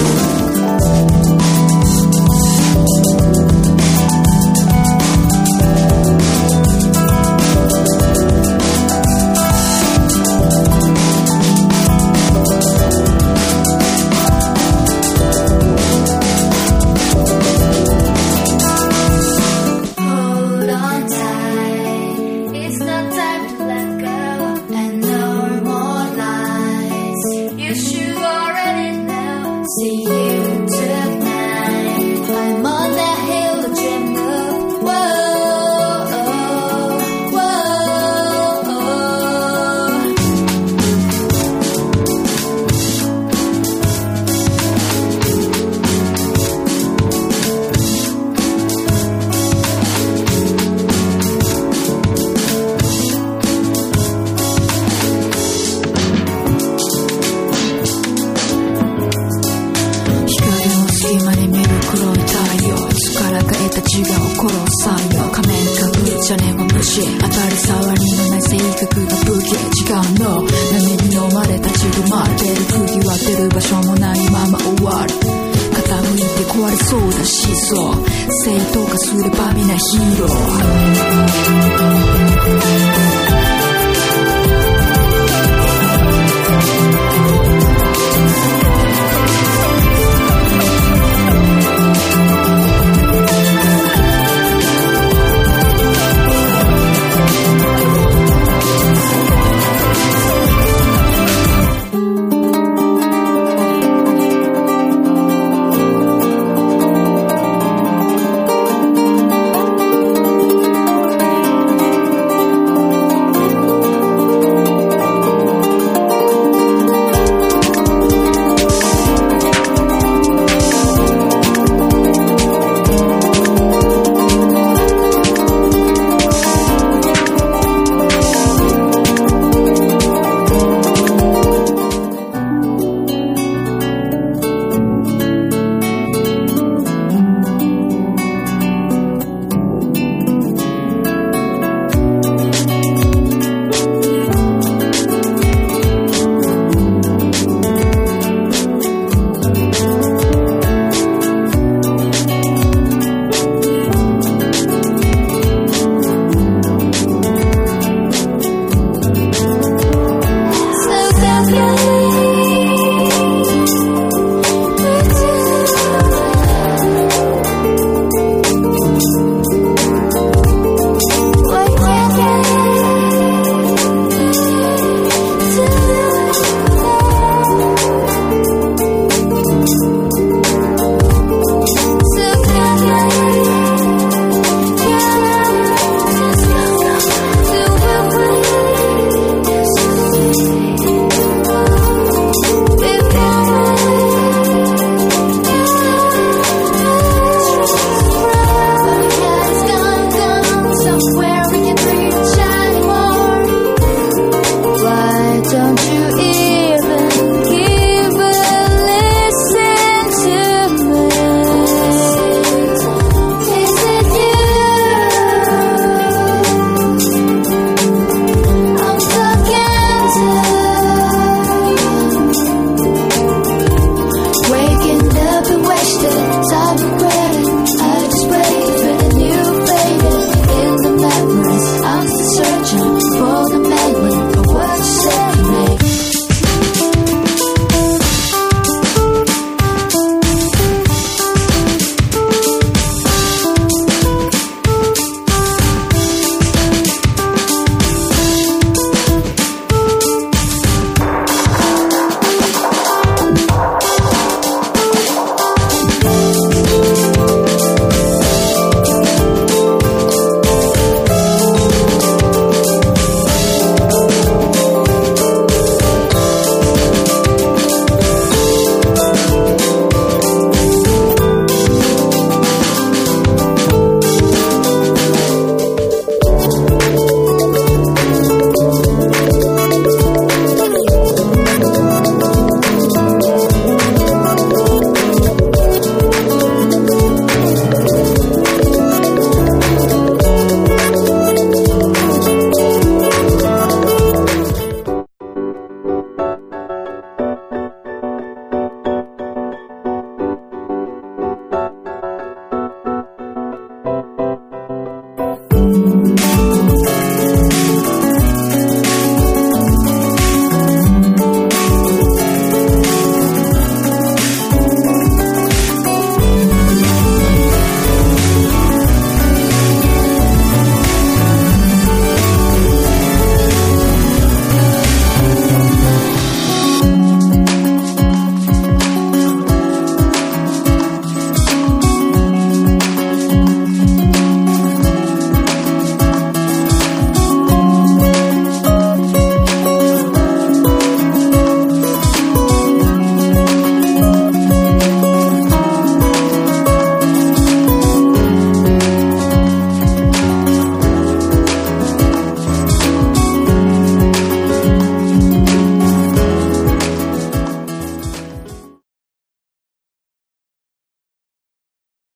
[SPEAKER 5] Hold on tight. It's not time to let go and no more lies. You should already know. See you tonight. I'm on the hill of dream. Whoa, whoa.
[SPEAKER 6] 「光の隙間に見る黒い太陽」「力が得た自我を殺さよ」「仮面かぶっちゃねは無視」「当たり障りのない性格が武器」「違うの」「波に飲まれたちぐまれてる」「釘は出る場所もないまま終わる」「傾いて壊れそうだしそう」「正当化すれば皆ヒーロー」「